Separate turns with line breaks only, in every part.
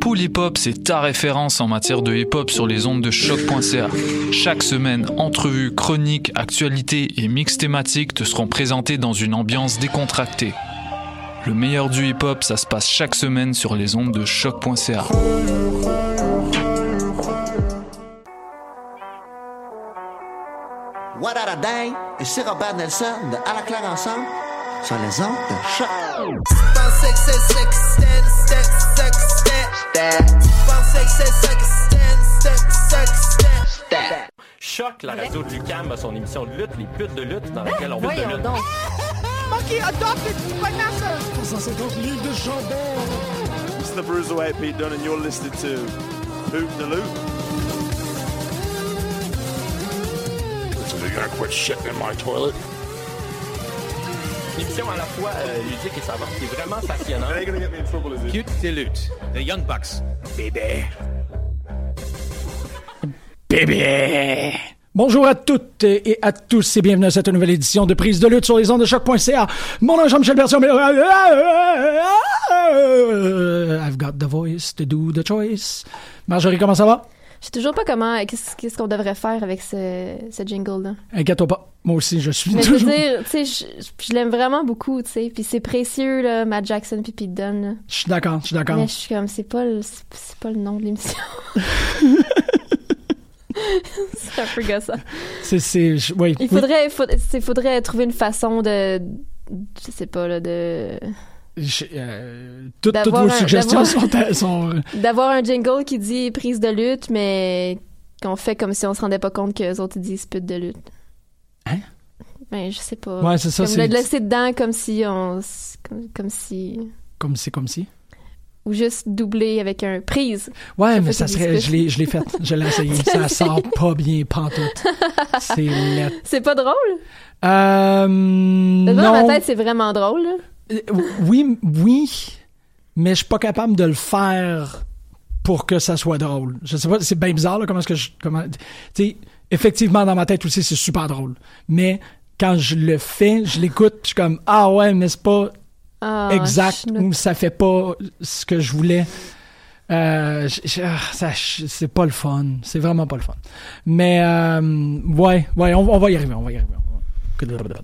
Pool Hip Hop, c'est ta référence en matière de hip hop sur les ondes de choc.ca. Chaque semaine, entrevues, chroniques, actualités et mix thématiques te seront présentés dans une ambiance décontractée. Le meilleur du hip hop, ça se passe chaque semaine sur les ondes de choc.ca.
What a day! Ici Robert Nelson de À la claire ensemble sur les ondes de choc.
Choc, la radio de Lucam a son émission de lutte, les putes de lutte, dans laquelle on parle de
Voyons
lutte.
donc.
It's the Bruiser AP Dunn, and you're listening to Hoop the Loop.
Une émission à la fois euh, ludique et savante qui est vraiment passionnante.
gonna get me in trouble, is it?
Bonjour à toutes et à tous et bienvenue à cette nouvelle édition de Prise de lutte sur les ondes de choc.ca. Mon nom est Jean-Michel Bertion. mais- euh, I've got the voice to do the choice. Marjorie, comment ça va?
Je sais toujours pas comment. euh, Qu'est-ce qu'est-ce qu'on devrait faire avec ce, ce jingle-là?
Inquiète-toi pas. Moi aussi, je suis
Mais je veux
toujours...
dire, tu sais, je, je- je l'aime vraiment beaucoup, tu sais. Puis c'est précieux, là, Matt Jackson puis Pete Dunne. là.
Je suis d'accord, je suis d'accord.
Mais je suis comme, c'est pas, le- c'est c'est pas le nom de l'émission. c'est un peu gossant.
C'est... c'est- je- Oui.
Il faudrait, il faut- c'est- faudrait trouver une façon de. Je sais pas, là, de.
Oui, je- euh, toutes, toutes
D'avoir
vos
un-
suggestions
d'avoir-
sont... à- sont-
D'avoir un jingle qui dit prise de lutte, mais qu'on fait comme si on se rendait pas compte qu'eux autres ils disent pute de lutte.
Hein?
Ben, je sais pas.
Ouais, c'est ça.
comme le
C'est
laisser dedans comme si on. s- Comme, comme si.
comme si, comme si.
Ou juste doubler avec un prise.
Ouais,
Ça
mais
fait
ça
des
serait...
biscuits.
Je l'ai je l'ai faite. Je l'ai essayé.
Tu
ça
l'as
sort pas bien pantoute. C'est laid.
C'est pas drôle?
Euh...
Dans ma
Non.
tête, c'est vraiment drôle. là.
Euh, oui, oui, mais je suis pas capable de le faire pour que ça soit drôle. Je sais pas, c'est bien bizarre là, comment est-ce que je comment tu sais effectivement dans ma tête aussi c'est super drôle, mais quand je le fais, je l'écoute, je suis comme ah ouais, mais c'est pas
Ah,
exact
je suis
ou ça fait pas ce que je voulais. Euh, je- je- ah, ça, je- c'est pas le fun, c'est vraiment pas le fun. Mais euh, ouais, ouais, on, on va y arriver, on va y arriver.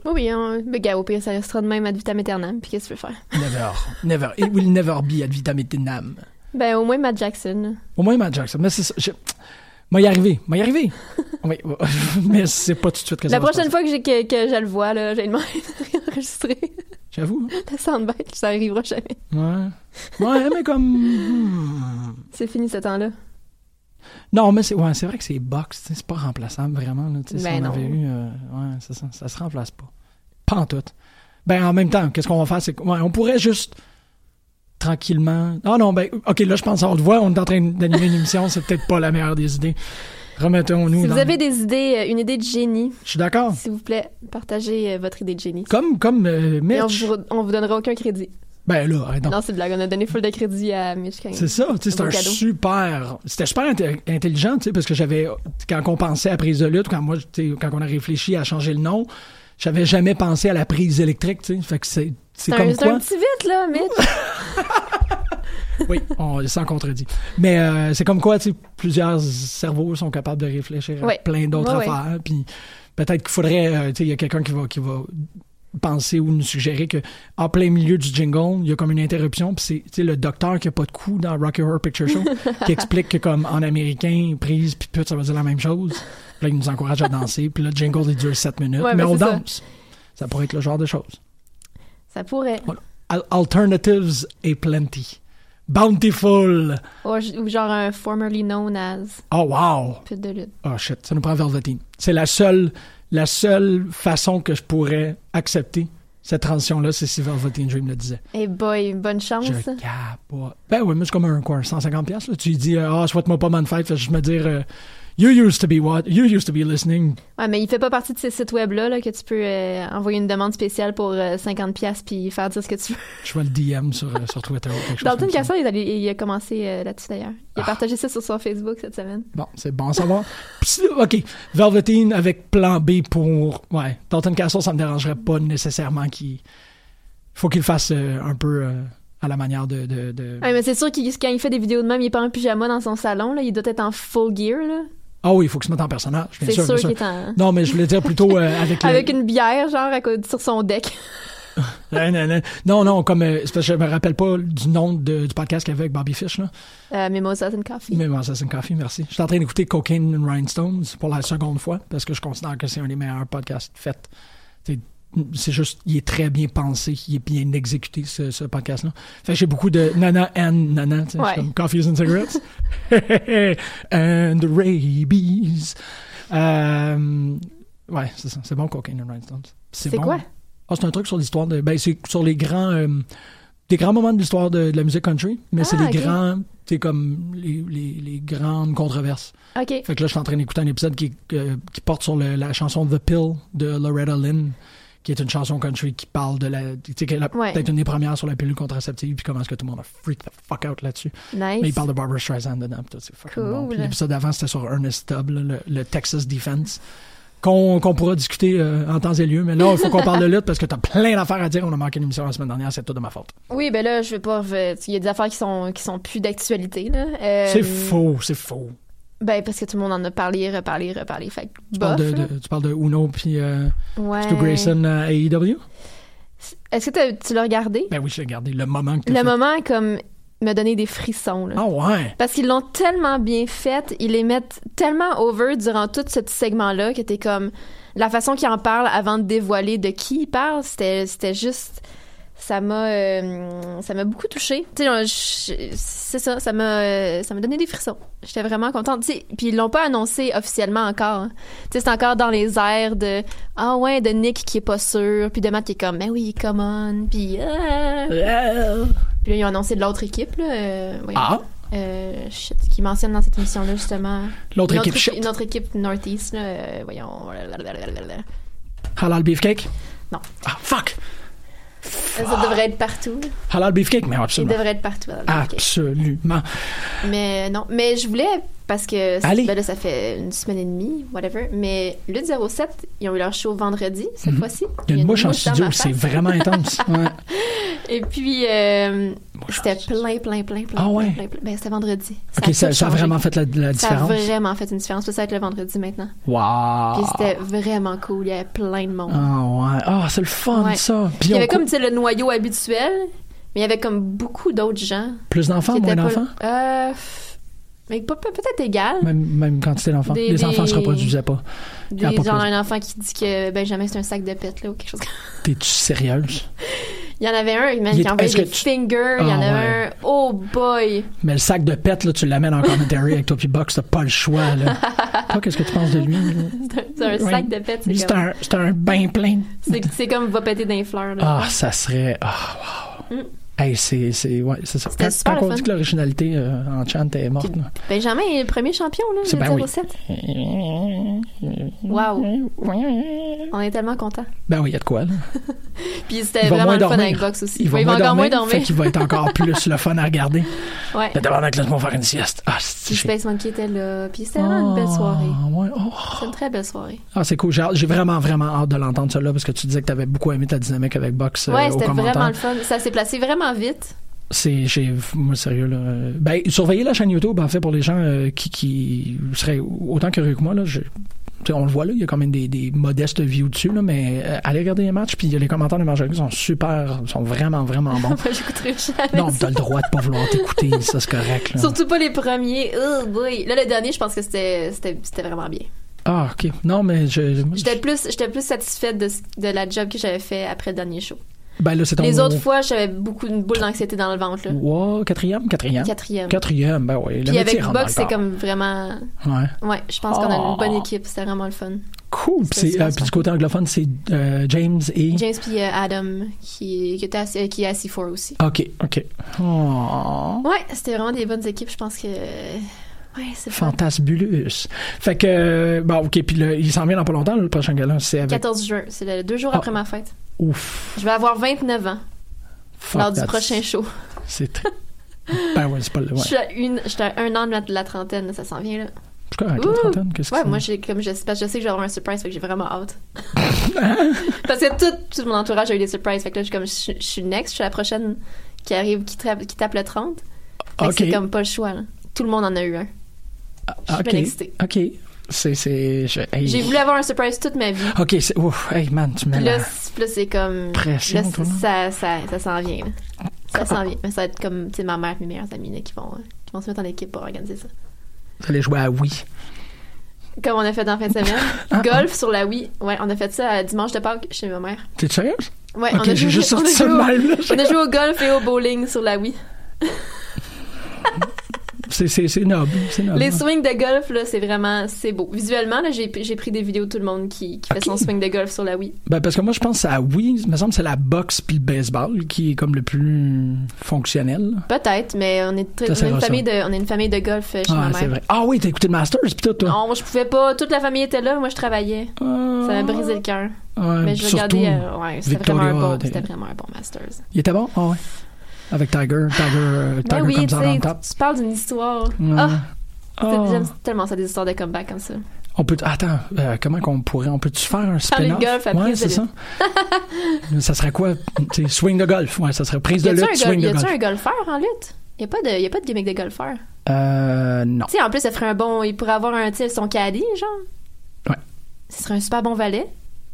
Oui, oui, on... mais gars, au pire, ça restera de même à vitam aeternam, puis qu'est-ce que tu veux faire?
Never, never, it will never be ad vitam aeternam.
Ben, au moins Matt Jackson.
Au moins Matt Jackson. Mais c'est ça. Je... M'a y arriver. M'a y arriver. Oui, oui. mais c'est pas tout de suite que ça
La
va se
prochaine
passer.
fois que, j'ai- que, que je le vois, là, j'ai demandé de réenregistrer
J'avoue. hein.
la soundbite, ça arrivera jamais.
Ouais. Ouais, mais comme. hmm.
C'est fini ce temps-là.
Non, mais c'est ouais, c'est vrai que c'est box. tu sais, C'est pas remplaçable vraiment. Là, tu sais, si
Ben
on
non.
avait eu. euh, ouais, c'est ça, ça se remplace pas. Pas en tout. Ben en même temps, qu'est-ce qu'on va faire? C'est que, ouais, on pourrait juste tranquillement. Ah non, ben, ok, là, je pense qu'on te voit, on est en train d'animer une émission, c'est peut-être pas la meilleure des idées. Remettons-nous
Si
dans.
vous avez des idées, euh, une idée de génie,
Je suis d'accord.
s'il vous plaît, partagez euh, votre idée de génie.
Comme, comme euh,
Et on
Mitch.
vous, on vous donnera aucun crédit.
Ben là, arrête donc.
Non, c'est une blague. On a donné full de crédit à Mitch Kang.
C'est ça, tu sais, c'est
Beau
un
cadeau.
super. C'était super inté- intelligent, tu sais, parce que j'avais. Quand on pensait à prise de lutte, quand moi, tu sais, quand on a réfléchi à changer le nom, j'avais jamais pensé à la prise électrique, tu sais. Fait que c'est. C'est
C'est
comme
un, c'est
quoi.
un petit vite, là, Mitch.
Oui, on s'en contredit. Mais euh, c'est comme quoi, tu sais, plusieurs cerveaux sont capables de réfléchir à
Ouais.
plein d'autres
Ouais, ouais.
affaires. Puis peut-être qu'il faudrait, euh, tu sais, il y a quelqu'un qui va, qui va penser ou nous suggérer que en plein milieu du jingle, il y a comme une interruption. Puis c'est, tu sais, le docteur qui a pas de coup dans Rocky Horror Picture Show qui explique que comme en américain, prise puis pute, ça veut dire la même chose. Puis là, il nous encourage à danser. Puis le jingle il dure 7 minutes,
Ouais,
mais
ben,
on
c'est ça.
danse. Ça pourrait être le genre de choses.
Ça pourrait.
Al- Alternatives et plenty. Bountiful.
Ou, ou genre un formerly known as
Oh wow.
pute de lutte.
Ah shit, ça nous prend Velveteen. C'est la seule, la seule façon que je pourrais accepter cette transition-là, c'est si Velveteen Dream le disait.
Eh boy, bonne chance.
Je capote. Ben oui, mais c'est comme un quoi, un 150 pièces. Tu lui dis, euh, ah, souhaite-moi pas bonne fête. Fait que Je me dire, euh, you used to be what? You used to be listening.
Ouais, mais il fait pas partie de ces sites web-là là, que tu peux euh, envoyer une demande spéciale pour euh, 50$ puis faire dire ce que tu veux.
Je vois le DM sur, euh, sur Twitter. ou quelque chose
Dalton
comme ça.
Casson, il, est allé- il a commencé euh, là-dessus d'ailleurs.
Ah.
Il a partagé ça sur son Facebook cette semaine.
Bon, c'est bon à savoir. Psst, OK. Velveteen avec plan B pour. Ouais. Dalton Castle, ça me dérangerait pas nécessairement qu'il. Faut qu'il le fasse euh, un peu euh, à la manière de. de, de-
Ouais, mais c'est sûr qu'il quand il fait des vidéos de même, il est pas en pyjama dans son salon, là, il doit être en full gear. là.
Ah oui, il faut qu'il se mette en personnage, bien
C'est
sûr.
sûr,
bien sûr.
qu'il est en.
Non, mais je voulais dire plutôt euh, avec. le-
Avec une bière, genre, à côté- sur son deck.
Non, non, non. Non, non, comme. euh, c'est parce que je me rappelle pas du nom de- du podcast qu'il y avait avec Bobby Fish, là.
Euh, Mimosas and Coffee.
Mais bon, ça, c'est une coffee, merci. Je suis en train d'écouter Cocaine and Rhinestones pour la seconde fois parce que je considère que c'est un des meilleurs podcasts faits. C'est- C'est juste, il est très bien pensé, il est bien exécuté, ce, ce podcast-là. Fait que j'ai beaucoup de nana and nana, tu sais, je suis
Ouais.
comme Coffees and Cigarettes. and rabies. Euh, ouais, c'est ça. C'est bon, Cocaine and Rhinestones.
C'est
bon.
quoi?
Ah, c'est un truc sur l'histoire de. Ben, c'est sur les grands. euh, des grands moments de l'histoire de, de la musique country, mais c'est
Ah,
les
ok.
grands. C'est comme les, les, les grandes controverses.
Ok.
Fait que là, je suis en train d'écouter un épisode qui, euh, qui porte sur le- la chanson The Pill de Loretta Lynn, qui est une chanson country qui parle de la. Tu sais, qu'elle a
Ouais.
peut-être une des premières sur la pilule contraceptive, puis comment est-ce que tout le monde a freak the fuck out là-dessus.
Nice.
Mais il parle de Barbara Streisand dedans, pis tout, c'est fucking
Cool.
bon. Puis L'épisode d'avant, c'était sur Ernest Tubb, là, le, le Texas Defense, qu'on qu'on pourra discuter euh, en temps et lieu. Mais là, il faut qu'on parle de lutte parce que t'as plein d'affaires à dire. On a manqué l'émission la semaine dernière, c'est tout de ma faute.
Oui, ben là, je veux pas. rev- Il y a des affaires qui sont, qui sont plus d'actualité, là. Euh,
C'est faux, c'est faux.
Ben, parce que tout le monde en a parlé, reparlé, reparlé. Fait que,
Tu,
bof,
parles de,
là.
de- tu parles de Uno puis euh,
Ouais.
Stu Grayson euh, à AEW?
Est-ce que t'as- tu l'as regardé?
Ben oui, j'ai regardé le moment que t'as
Le
fait.
moment, comme, me donné des frissons, là.
Ah ouais!
Parce qu'ils l'ont tellement bien fait, ils les mettent tellement over durant tout ce petit segment-là que t'es comme. La façon qu'ils en parlent avant de dévoiler de qui ils parlent, c'était, c'était juste. Ça m'a, euh, ça m'a beaucoup touchée. Tu sais, je- c'est ça, ça m'a, euh, ça m'a donné des frissons. J'étais vraiment contente. Tu sais, Puis ils l'ont pas annoncé officiellement encore. hein. Tu sais, c'est encore dans les airs de ah ouais de Nick qui est pas sûr, puis de Matt qui est comme mais oui come on, puis ah. puis là, ils ont annoncé de l'autre équipe là. euh, voyons
Ah!
euh, shit, qui mentionne dans cette émission-là, justement.
L'autre
Une
équipe,
équi-
shit!
Une autre équipe Northeast, là, euh, voyons. blablabla.
Halal Beefcake?
Non.
Ah, fuck!
Ça devrait être partout.
Halal Beefcake? Mais
Il
absolument. Ah,
devrait être partout. dans le Northeast.
Absolument.
Mais euh, non, mais je voulais, parce que c-
Allez.
ben là, ça fait une semaine et demie, whatever. Mais Lutte 07, ils ont eu leur show vendredi, cette fois-ci.
Mhm. Il y a une mouche en
dans
studio,
ma
c'est
face.
vraiment intense. Ouais.
Et puis, euh,
Mouche en
c'était plein, plein, plein, plein.
Ah ouais?
plein, plein, plein. Ben, c'était vendredi. tout
Ok, ça, ça a
changé.
vraiment fait la, la
Ça a
différence. Ah.
vraiment fait une différence. Ça va être le vendredi maintenant. Puis
Wow!
c'était vraiment cool. Il y avait plein de monde.
Ah ouais. Ah, c'est le fun,
Ouais.
ça. Puis
il y
on
avait
coupe
comme tu sais, le noyau habituel, mais il y avait comme beaucoup d'autres gens.
plus d'enfants,
qui
moins
étaient pas-
d'enfants?
Euh, pff, mais pas- pas- peut-être égal.
Même, même quantité d'enfants.
Des-
Les enfants se
des-
reproduisaient pas. y a
Des,
ah, pas
genre
plus.
un enfant qui dit que Benjamin c'est un sac de pète là, ou quelque chose. comme-
T'es-tu sérieuse?
Il y en avait un man,
Il est-
qui envoyait
est-ce que
des
tu-
fingers. il y en
Ah,
avait
ouais.
un. Oh boy!
Mais le sac de pète, là, tu l'amènes en commentary avec toi, puis Box, t'as pas le choix, là. Toi, qu'est-ce que tu penses de lui? là?
C'est un, c'est un
Ouais.
sac de pète.
Lui,
C'est
c'est
comme, Mm.
un, c'est un bain plein. de-
c'est- c'est comme va péter dans les fleurs. Là.
Ah, ça serait. Ah, wow. Hey, c'est, c'est, ouais, c'est ça.
Mm. C'était
Quand,
super
quand
le
on dit
fun.
que l'originalité euh, en chant est morte, là.
Benjamin est le premier champion, là,
C'est
le
ben oui.
07. Wow. On est tellement contents.
ben oui, il y a de quoi, là.
Puis c'était
Il va
vraiment
moins
le fun
dormir.
avec Vox aussi.
Il va,
Ouais,
moins
encore
dormir,
moins
Fait
dormir.
qu'il va être encore plus le fun à regarder.
Ouais.
Mais d'abord, laisse-moi faire une sieste. Ah, c'est
Puis Space Monkey était là. euh, Puis c'était vraiment une belle
Oh.
soirée. C'est une très belle soirée.
Ah, c'est cool. J'ai j'ai vraiment, vraiment hâte de l'entendre, ça, là, parce que tu disais que tu avais beaucoup aimé ta dynamique avec Box euh,
Ouais,
aux
c'était vraiment
commentaires.
le fun. Ça s'est placé vraiment vite.
C'est, j'ai, moi, sérieux, là. euh, Ben, surveillez la chaîne YouTube, en fait, pour les gens euh, qui, qui seraient autant curieux que moi, là. Je, tu sais, on le voit, là, il y a quand même des, des modestes views dessus, là, mais euh, allez regarder les matchs, puis les commentaires de Marjorie sont super, sont vraiment, vraiment bons.
Moi, j'écouterai jamais.
non, mais
ça.
t'as le droit de pas vouloir t'écouter, ça, c'est correct, là.
Surtout pas les premiers. Oh boy. Là, le dernier, je pense que c'était c'était- c'était vraiment bien.
Ah, ok. Non, mais je.
J'étais plus, j'étais plus satisfaite de, ce- de la job que j'avais fait après le dernier show.
Ben, là, c'est ton.
Les autres fois, j'avais beaucoup une boule d'anxiété dans le ventre. Là.
Ouais, quatrième, quatrième.
Quatrième.
Quatrième, ben oui. Le
Puis
métier
avec
rentre dans
Box,
le
c'est
corps.
comme vraiment.
Ouais.
Ouais, je pense qu'on a
Oh.
une bonne équipe. C'était vraiment le fun.
Cool. Puis, c'est-
super,
euh, puis du côté anglophone, c'est euh, James et.
James puis euh, Adam qui, qui, était à, qui est à C4 aussi.
Ok, ok. Oh.
Ouais, c'était vraiment des bonnes équipes. Je pense que. Ouais, c'est fun.
Fantasbulus. Fait que, euh, bon, ok, puis là, il s'en vient dans pas longtemps, le prochain gala, c'est avec.
14 juin, c'est le- deux jours
Ah.
après ma fête.
Ouf.
Je vais avoir 29 ans
fuck,
lors du
that's-
prochain show.
C'est. tr- ben ouais, c'est pas le. Ouais.
Je suis à une, j'étais à un an de la, de la trentaine, là, ça s'en vient là.
Je suis correct, la
Ouh.
trentaine, qu'est-ce que
Ouais,
c'est?
moi j'ai comme je, parce que je sais que je vais avoir un surprise, fait que j'ai vraiment hâte. parce que tout, tout mon entourage a eu des surprises, fait que là je suis comme je, je suis next, je suis la prochaine qui arrive qui, trappe- qui tape le 30. Fait que
Ok.
c'est comme pas le choix. là. Tout le monde en a eu un. je suis
ok.
bien excitée.
Ok. C'est. c'est je- hey.
J'ai voulu avoir un surprise toute ma vie.
Ok, c'est. Ouf, hey man, tu mets
Puis là,
la.
c'est- puis là, c'est comme
Pression,
là, c'est-
toi,
ça ça ça s'en vient. là. Ça s'en vient, mais ça va être comme tu sais ma mère et mes meilleurs amis là, qui vont euh, qui vont se mettre en équipe pour organiser ça.
Vous allez jouer à Wii.
Comme on a fait dans la fin de
Ah,
semaine. Golf sur la Wii. Ouais, on a fait ça euh, dimanche de Pâques chez ma mère.
T'es sérieuse?
Ouais,
Ok,
on a
j'ai
joué,
juste
on a
sorti ça de
joué au-
même, là.
on a joué au golf et au bowling sur la Wii.
C'est- C'est c'est noble. C'est noble.
Les swings de golf, là, c'est vraiment, c'est beau. Visuellement, là, j'ai j'ai pris des vidéos de tout le monde qui, qui fait son swing de golf sur la Wii.
Ben parce que moi je pense à oui, il me semble que c'est la boxe puis le baseball qui est comme le plus fonctionnel.
Peut-être, mais on est, très-
Ça,
on
c'est
est une
vrai,
famille de, on est une famille de golf euh, chez ma
Ah, c'est
mère.
vrai. Ah oui, t'as écouté le Masters puis tout toi.
Non, moi, je pouvais pas. Toute la famille était là. Moi, je travaillais. Ça m'a brisé le cœur.
Ouais,
mais je
surtout
regardais. euh, ouais, c'était vraiment un
Victoria,
bon,
t'es-
c'était vraiment un bon Masters.
Il était bon Ah ouais. Avec Tiger, Tiger, euh, Tiger
Ben oui,
comme
tu
ça dans
sais,
le top.
tu tu parles d'une histoire.
Ouais.
Ah,
Ah.
J'aime tellement ça, des histoires de comeback comme ça.
On peut attends, euh, comment qu'on pourrait On peut tu faire un spin-off
de golf à
Ouais,
prise
c'est
de
ça. ça serait quoi Tu sais, swing de golf. Ouais, ça serait prise
Y
de
a-tu
lutte,
un,
swing
gol- y
de
a-tu
golf.
un golfeur en lutte? Y a pas de, y a pas de gimmick de golfeur.
Euh non.
Tu sais, en plus, ça ferait un bon. Il pourrait avoir un, tu sais, son caddie, genre.
Ouais.
Ce serait un super bon valet.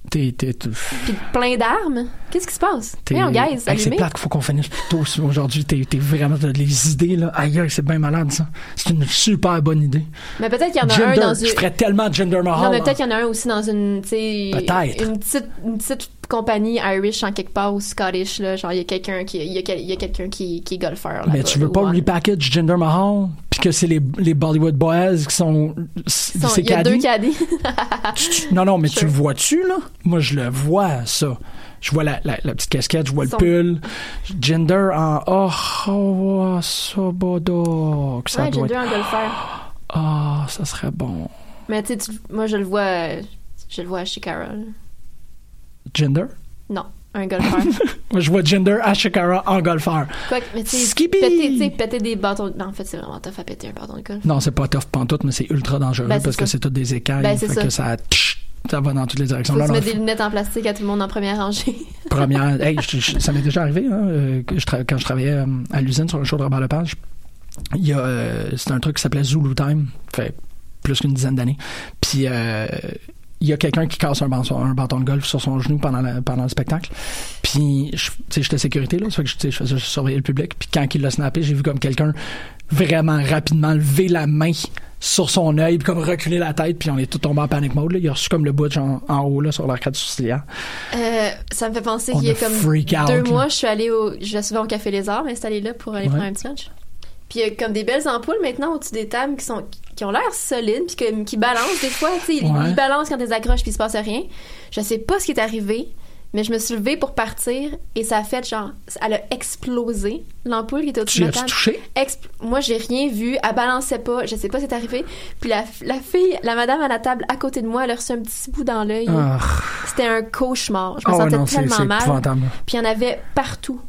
T'es t'es t'es-
Puis plein d'armes. Qu'est-ce qui se passe?
T'es-
Hey, on
Hey,
guys,
c'est
allumez.
plate qu'il faut qu'on finisse plus tôt sur- aujourd'hui. T'es t'es vraiment t'as les idées là. Aïe, aïe, c'est bien malade ça. C'est une super bonne idée.
Mais peut-être qu'il y en a
Jinder,
un dans
je
une.
ferais tellement Jinder Mahal.
Non, mais peut-être
hein.
qu'il y en a un aussi dans une, tu sais,
Peut-être.
une petite, une petite compagnie Irish en quelque part ou Scottish, là. Genre, il y a quelqu'un qui, il y a, quel- il y a quelqu'un qui, qui est golfeur.
Mais
là-bas,
tu veux pas
ou en-
repackage Jinder Mahal puis que c'est les, les Bollywood Boys qui sont
Ils sont-
c'est
Il y a deux caddies.
Non non, mais tu le vois-tu là Moi je le vois ça. Je vois la, la, la petite casquette, je vois le
Son-
pull. Jinder en oh, oh ça bodoc, ça
Ouais,
doit
j'ai
être-
deux en golfeur.
Ah, ça serait bon.
Mais tu sais, tu- moi, je le vois, euh, je le vois chez Carol.
Jinder
Non, un golfeur.
Moi, je vois Jinder à Shikara en golfeur.
Quoi que, mais tu sais,
Skippy!
péter, tu sais, péter des bâtons. de- Non, en fait, c'est vraiment tough à péter un bâton de golf.
Non, c'est pas tough pantoute, mais c'est ultra dangereux
Ben, c'est
parce que
ça.
c'est toutes des écailles.
Ben, c'est
fait
ça.
que ça, ça va dans toutes les directions.
Faut
Non,
se
non,
mettre des lunettes en plastique à tout le monde en première rangée.
première. Hey, je- je- ça m'est déjà arrivé hein, euh, que je tra- quand je travaillais euh, à l'usine sur le show de Robert Lepage. Il y a, euh, c'est un truc qui s'appelait Zulu Time, fait plus qu'une dizaine d'années. Puis euh, il y a quelqu'un qui casse un bâton, un bâton de golf sur son genou pendant, la- pendant le spectacle. Puis je- tu sais, j'étais sécurité là, ça fait que je, tu sais, je faisais- je surveillais le public. Puis quand il l'a snappé, j'ai vu comme quelqu'un vraiment rapidement lever la main sur son œil, puis comme reculer la tête, puis on est tous tombés en panique mode. Là. Il a reçu comme le bout en, en haut là, sur l'arcade sourcilière.
Euh, ça me fait penser
On
qu'il y a
a
comme
freak out,
deux
là.
mois, je suis allée au, je vais souvent au Café Les Arts m'installer là pour aller
Ouais.
prendre un petit lunch. Puis il y a comme des belles ampoules maintenant au-dessus des tables qui sont qui ont l'air solides puis que- qui balancent des fois, tu sais, ils-
Ouais.
ils balancent quand ils accroches puis il se passe rien. Je sais pas ce qui est arrivé. Mais je me suis levée pour partir et ça a fait genre. Elle a explosé. L'ampoule qui était au-dessus
Tu
de ma
l'as-tu
table.
touché?
Expl- Moi, j'ai rien vu. Elle balançait pas. Je sais pas si c'est arrivé. Puis la, la fille, la madame à la table à côté de moi, elle a reçu un petit bout dans l'œil.
Ah.
C'était un cauchemar. Je me
Ah ouais,
sentais
non, c'est-
tellement
c'est
mal.
épouvantable.
Puis il y en avait partout.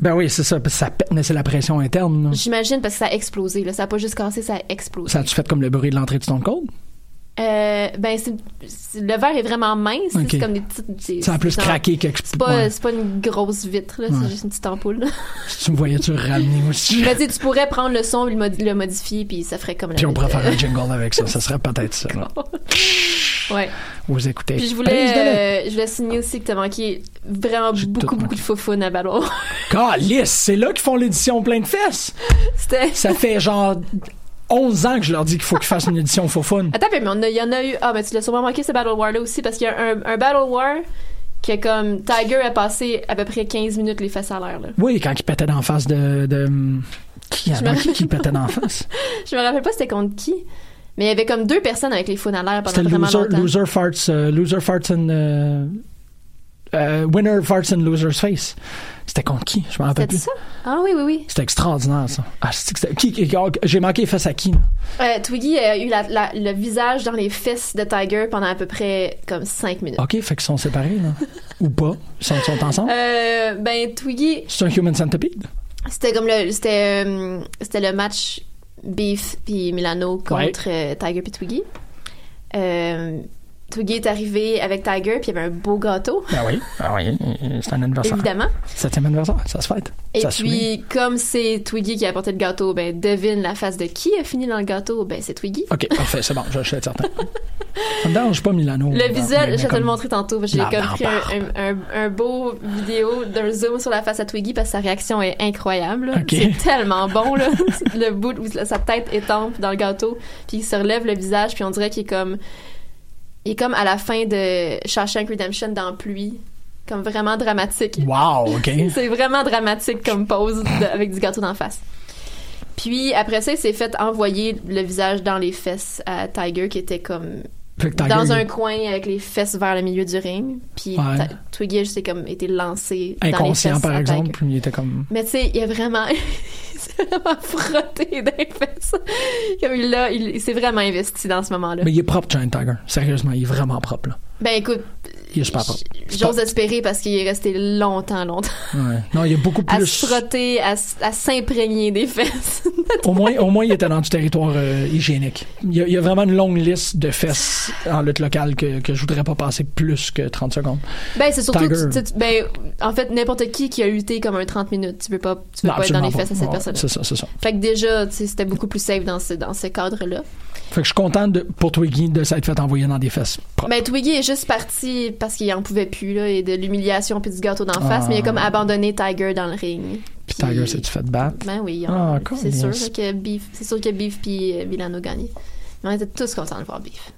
Ben oui, c'est ça, parce que ça pète, mais c'est la pression interne. là.
J'imagine parce que ça a explosé. Là. Ça a pas juste cassé, ça a explosé.
Ça a-tu fait comme le bruit de l'entrée du Stone Cold?
Euh, ben, c'est- c'est- le verre est vraiment mince.
Ok.
C'est comme des petites. des-
Ça a plus
genre-
craqué qu'explosé.
C'est pas, c'est pas une grosse vitre, là,
Ouais.
c'est juste une petite ampoule. là.
Si tu me voyais-tu ramener aussi?
Je me dis, tu pourrais prendre le son, le, mod- le modifier, puis ça ferait comme la
Puis on
vitre.
pourrait faire un jingle avec ça. Ça serait peut-être ça. là.
Ouais.
Vous écoutez.
Puis je
Prise de lait.
voulais, euh, je voulais signer aussi que t'as manqué vraiment beaucoup, beaucoup de faux à ballon.
Calisse, c'est là qu'ils font l'édition plein de fesses.
C'était.
Ça fait genre 11 ans que je leur dis qu'il faut qu'ils fassent une édition faux fun.
Attends, mais on a- il y en a eu. Ah, mais tu l'as sûrement manqué, ce Battle War-là aussi, parce qu'il y a un, un Battle War que, comme, Tiger a passé à peu près 15 minutes les fesses à l'air, là.
Oui, quand ils pétaient d'en face de. de... Qui
Je me
avant qui, qui pétait d'en face?
Je me rappelle pas c'était contre qui, mais il y avait comme deux personnes avec les faux à l'air pendant
C'était
vraiment
loser,
longtemps.
loser Farts. euh, loser Farts and. euh, euh, winner Farts and Loser's Face. C'était contre qui? Je m'en rappelle
C'était
plus.
ça? Ah oui, oui, oui.
C'était extraordinaire, ça. Ah, c'est que c'était- qui- qui- oh, J'ai manqué face à qui? là?
Euh, Twiggy a eu la- la- le visage dans les fesses de Tiger pendant à peu près comme 5 minutes.
OK, fait qu'ils sont séparés, là. Ou pas. Ils sont, sont ensemble.
Euh, ben, Twiggy,
C'est un Human Centipede?
c'était comme le, c'était, euh, c'était le match Beef puis Milano contre euh, Tiger puis Twiggy. Euh, Twiggy est arrivé avec Tiger puis il y avait un beau gâteau,
Ben oui, ben oui. C'est un anniversaire.
évidemment.
Septième anniversaire, ça se fête.
Et
ça se souligne.
puis, comme c'est Twiggy qui a apporté le gâteau, ben, devine la face de qui a fini dans le gâteau? Ben, c'est Twiggy.
OK, parfait, c'est bon, je je suis certain. ça me dérange pas, Milano.
Le visuel,
mais
je vais te
comme-
le montrer tantôt. parce que J'ai
La
comme pris un, un, un- un beau vidéo d'un zoom sur la face à Twiggy parce que sa réaction est incroyable. là.
Ok.
C'est tellement bon. Là. le bout où sa tête étampe dans le gâteau, puis il se relève le visage, puis on dirait qu'il est comme... Il est comme à la fin de Shawshank Redemption dans Pluie. Comme vraiment dramatique.
Wow, OK.
C'est vraiment dramatique comme pose de- avec du gâteau d'en face. Puis après ça, il s'est fait envoyer le visage dans les fesses à Tiger qui était comme
Fait que Tiger,
dans un
il-
coin avec les fesses vers le milieu du ring. Puis
Ouais.
Ta- Twiggy a juste comme été lancé dans les
Inconscient,
fesses
par
à
exemple,
Tiger.
puis il était comme...
Mais tu sais, il a vraiment, il s'est vraiment frotté dans les fesses. Comme il l'a, il, il s'est vraiment investi dans ce moment-là.
Mais il est propre, Giant Tiger. Sérieusement, il est vraiment propre, là.
Ben écoute,
Il est super propre.
j'ose espérer parce qu'il est resté longtemps, longtemps
Ouais. Non, il est beaucoup
à
plus...
se frotter, à, s- à s'imprégner des fesses.
Au moins, au moins, il était dans du territoire euh, hygiénique. Il y, a, il y a vraiment une longue liste de fesses en lutte locale que, que je voudrais pas passer plus que 30 secondes.
Ben c'est surtout,
Tiger.
tu- tu- tu- ben en fait n'importe qui qui a lutté comme un 30 minutes, tu peux pas, tu peux
Non,
pas être dans les
absolument
fesses à cette
Ouais,
personne.
C'est ça, c'est ça.
Fait que déjà, tu sais, c'était beaucoup plus safe dans ce, dans ce cadre-là.
Fait que je suis content de, pour Twiggy de s'être fait envoyer dans des fesses. propres.
Ben, Twiggy est juste parti parce qu'il en pouvait plus, là, et de l'humiliation puis du gâteau d'en
Ah.
face, mais il a comme abandonné Tiger dans le ring.
Puis Tiger s'est-tu fait battre?
Ben oui,
Ah,
on-
cool,
c'est sûr
yes.
que Beef, c'est sûr que Beef puis euh, Milano gagnaient. Mais on était tous contents de voir Beef.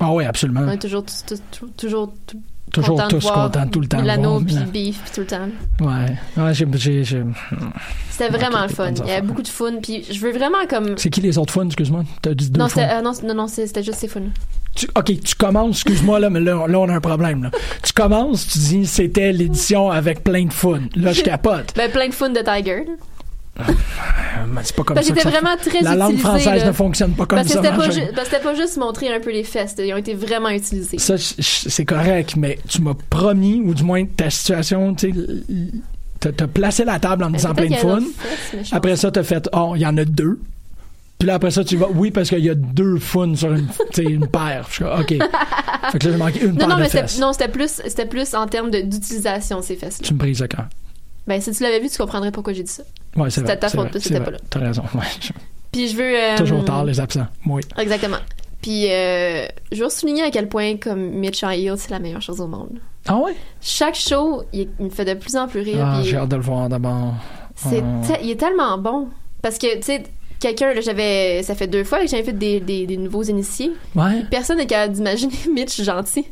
Ah oui,
On
absolument.
est toujours, tous- tous- tous- toujours, tout-
Toujours
contents de
tous
voir
contents tout le temps. de
Milano
voir
puis
Milan.
Beef puis tout le temps.
Ouais. Ouais, j'ai- j'ai- j'ai-
C'était
Ouais,
vraiment
ok,
le fun.
bonnes
Il y avait
affaires.
beaucoup de fun puis je veux vraiment comme.
C'est qui les autres fun, excuse-moi? T'as dit deux
Non,
fun.
c'était, euh, non, c'est- non, non, c'est- c'était juste ces fun.
Tu- ok, tu commences, excuse-moi, là, mais là, là, on a un problème. Là. Tu commences, tu dis c'était l'édition avec plein de fun. Là, je capote.
Ben, plein de fun de Tiger. là.
Euh, mais c'est pas comme
Parce
ça.
que
que
c'était
ça-
vraiment très
La langue
utilisé,
française
là.
ne fonctionne pas comme
Parce que,
ça.
c'était pas
Marjorie.
ju- parce que c'était pas juste montrer un peu les fesses, ils ont été vraiment utilisés.
Ça, c- c- c'est correct, mais tu m'as promis, ou du moins ta situation, tu sais, l- l- t'as t'as placé la table en me
Mais
disant
Ben, peut-être
plein de
qu'il y a
fun.
d'autres fesses, mais je pense-
Après ça, t'as fait, oh, il y en a deux. Puis là, après ça, tu vas, oui, parce qu'il y a deux fun sur une, tu sais, une paire. Je suis comme, OK. fait que là, j'ai manqué une
Non,
paire
non,
de
mais c'était,
fesses.
non, c'était plus, c'était plus en termes de- d'utilisation, ces fesses-là.
Tu me brises le cœur.
Ben, si tu l'avais vu, tu comprendrais pourquoi j'ai dit ça.
Ouais, c'est
C'était
vrai.
ta
c'est
faute,
vrai,
parce que
c'est
t'étais
vrai.
pas là.
T'as raison. ouais. Je-
Puis je veux. euh,
Toujours tard, les absents. Oui.
Exactement. Puis euh, je veux souligner à quel point, comme Mitch and Hill, c'est la meilleure chose au monde.
Ah ouais?
Chaque show, il, est- il me fait de plus en plus rire.
Ah,
puis
j'ai hâte de le voir d'abord.
c'est
Ah.
te- il est tellement bon. Parce que, tu sais, quelqu'un, là, j'avais. Ça fait deux fois que j'invite des, des, des nouveaux initiés.
Ouais.
Personne n'est capable d'imaginer Mitch gentil.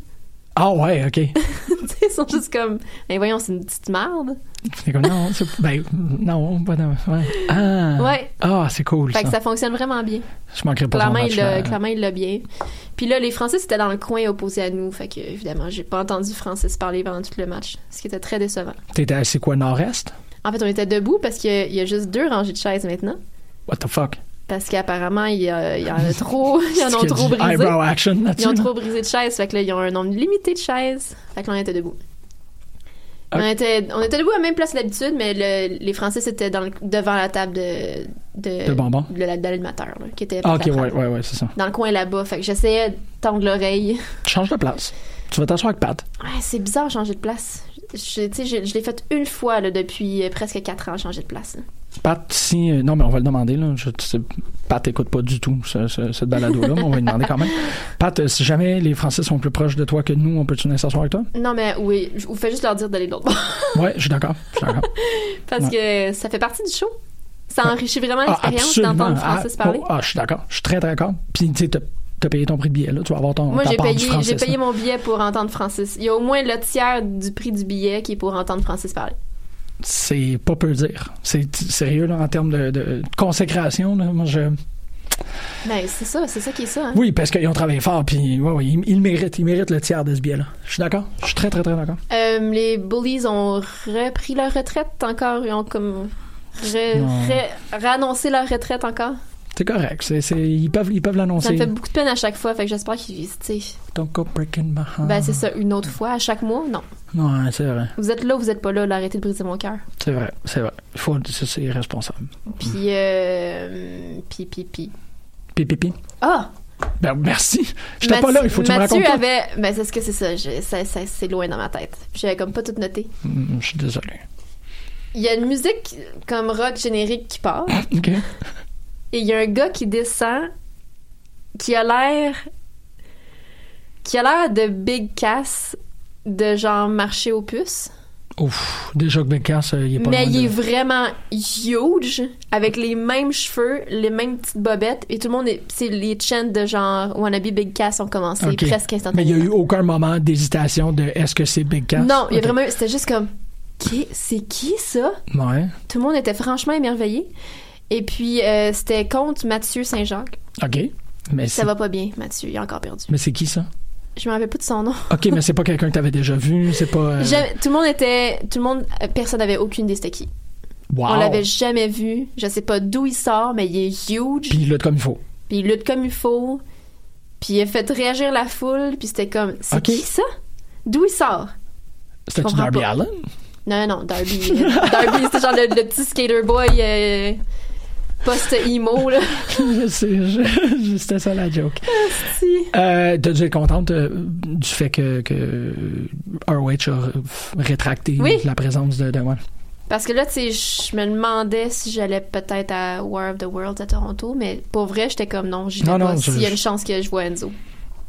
Ah ouais, ok.
Tu sais, Ils sont juste comme, ben voyons, c'est une petite merde.
C'est comme non, c'est, ben non, pas non, ouais. Ah,
Ouais.
ah c'est cool
Fait
ça.
que ça fonctionne vraiment bien.
Je manquerai pas
Clairement,
son
il
match,
l'a
là.
clairement, il l'a bien. Puis là, les Français, c'était dans le coin opposé à nous. Fait que, évidemment, j'ai pas entendu français se parler pendant tout le match, ce qui était très décevant.
euh, T'étais c'est quoi nord-est?
En fait, on était debout parce qu'il y a juste deux rangées de chaises maintenant.
What the fuck?
Parce qu'apparemment, il y, a- il y en a trop. Ils en ont
Est-ce qu'il y a
trop
du
brisé.
Eyebrow action
Ils
là-dessus.
ont
là?
trop brisé de chaises. Fait que là, ils ont un nombre limité de chaises. Fait que là, on était debout.
Ah.
On, était, on était debout à la même place que d'habitude, mais le- les Français, c'était dans le- devant la table de, de,
De bonbons?
de la- de l'animateur, là, qui était
Ah, ok,
Pat
ouais,
Laprade.
ouais, ouais, c'est ça.
dans le coin là-bas. Fait que j'essayais de tendre l'oreille.
Change de place. Tu vas t'asseoir avec Pat.
Ouais, c'est bizarre changer de place. Je, tu sais, je, je l'ai fait une fois là, depuis euh, presque quatre ans, changer de place. là.
Pat, si. euh, non, mais on va le demander, là. Je, tu sais, Pat écoute pas du tout ce, ce- cette balado-là, mais on va lui demander quand même. Pat, euh, si jamais les Français sont plus proches de toi que nous, on peut-tu venir s'asseoir avec toi?
Non, mais oui, je- ou fais juste leur dire d'aller de l'autre bord.
Ouais, je suis d'accord. Je suis d'accord.
Parce que ça fait partie du show. Ça enrichit vraiment
Ah,
l'expérience d'entendre
Ah,
Francis parler.
oh, ah, je suis d'accord. Je suis très, très d'accord. Puis, tu sais, t'as- t'as payé ton prix de billet, là. Tu vas avoir ton.
Moi,
ta
j'ai
part du
payé,
Francis,
j'ai payé
là.
mon billet pour entendre Francis. Il y a au moins le tiers du prix du billet qui est pour entendre Francis parler.
C'est pas peu dire. C'est t- sérieux, là, en termes de, de consécration, là. Moi, je.
Ben, c'est ça, c'est ça qui est ça. hein.
Oui, parce qu'ils ont travaillé fort, puis ouais, ouais, ils, ils le méritent, ils méritent le tiers de ce billet-là. Je suis d'accord. Je suis très, très, très d'accord.
Euh, les Bullies ont repris leur retraite encore. Ils ont comme re-
Non.
re- réannoncé leur retraite encore.
C'est correct. C'est, c'est- ils peuvent, ils peuvent l'annoncer.
Ça me fait beaucoup de peine à chaque fois. Fait que j'espère qu'ils. tu sais,
Don't go breaking my heart.
Ben, c'est ça, une autre fois, à chaque mois. Non.
Ouais, c'est vrai.
Vous êtes là, vous êtes pas là, là, arrêtez de briser mon cœur.
C'est vrai. C'est vrai. Il faut, ça, c'est irresponsable.
Puis,
Hmm.
euh. Puis, puis, puis.
Pipipi.
Ah!
Ben, merci. J'étais pas là. Il faut que tu me
Mathieu
racontes.
avait. Ben, c'est ce que c'est ça. je- ça, ça- c'est loin dans ma tête. J'avais comme pas tout noté.
tout. Hum, Je suis désolé.
Il y a une musique comme rock générique qui part.
OK.
Et il y a un gars qui descend qui a l'air. qui a l'air de Big Cass de genre marché aux puces.
Ouf. Déjà que Becas, euh, il est pas
Mais
loin
il est
de-
vraiment huge, avec les mêmes cheveux, les mêmes petites bobettes, et tout le monde est. c'est les chants de genre Wannabe Big Cass ont commencé
OK.
presque
Mais il y
instantanément.
a eu aucun moment d'hésitation de est-ce que c'est Big Cass?
Non, il y a
OK.
vraiment. eu- C'était juste comme. Qui- C'est qui ça?
Ouais.
Tout le monde était franchement émerveillé. Et puis, euh, c'était contre Mathieu Saint-Jacques.
OK. Mais
Ça
c'est-
va pas bien, Mathieu, il a encore perdu.
Mais c'est qui ça?
Je me rappelle pas de son nom.
OK, mais c'est pas quelqu'un que t'avais déjà vu. C'est pas. euh,
Jamais- tout le monde était. Tout le monde. euh, Personne n'avait aucune des c'était qui.
Wow.
On l'avait jamais vu. Je sais pas d'où il sort, mais il est huge.
Puis il lutte comme il faut.
Puis il lutte comme il faut. Puis il a fait réagir la foule. Puis c'était comme, c'est
Ok.
qui ça? D'où il sort?
C'était-tu
comprends
Darby
pas.
Allen?
Non, non, non, Darby. euh, Darby, c'était genre le, le petit skater boy euh, post-emo, là.
je sais, je- c'était ça la joke.
Si.
Euh, T'as dû être contente euh, du fait que, que ROH a f- rétracté
Oui.
la présence de, de ouais.
Parce que là, tu sais, je me demandais si j'allais peut-être à War of the Worlds à Toronto, mais pour vrai, j'étais comme non, j'y vais
Non, non,
pas.
je-
S'il y a une
je-
chance que je vois Enzo.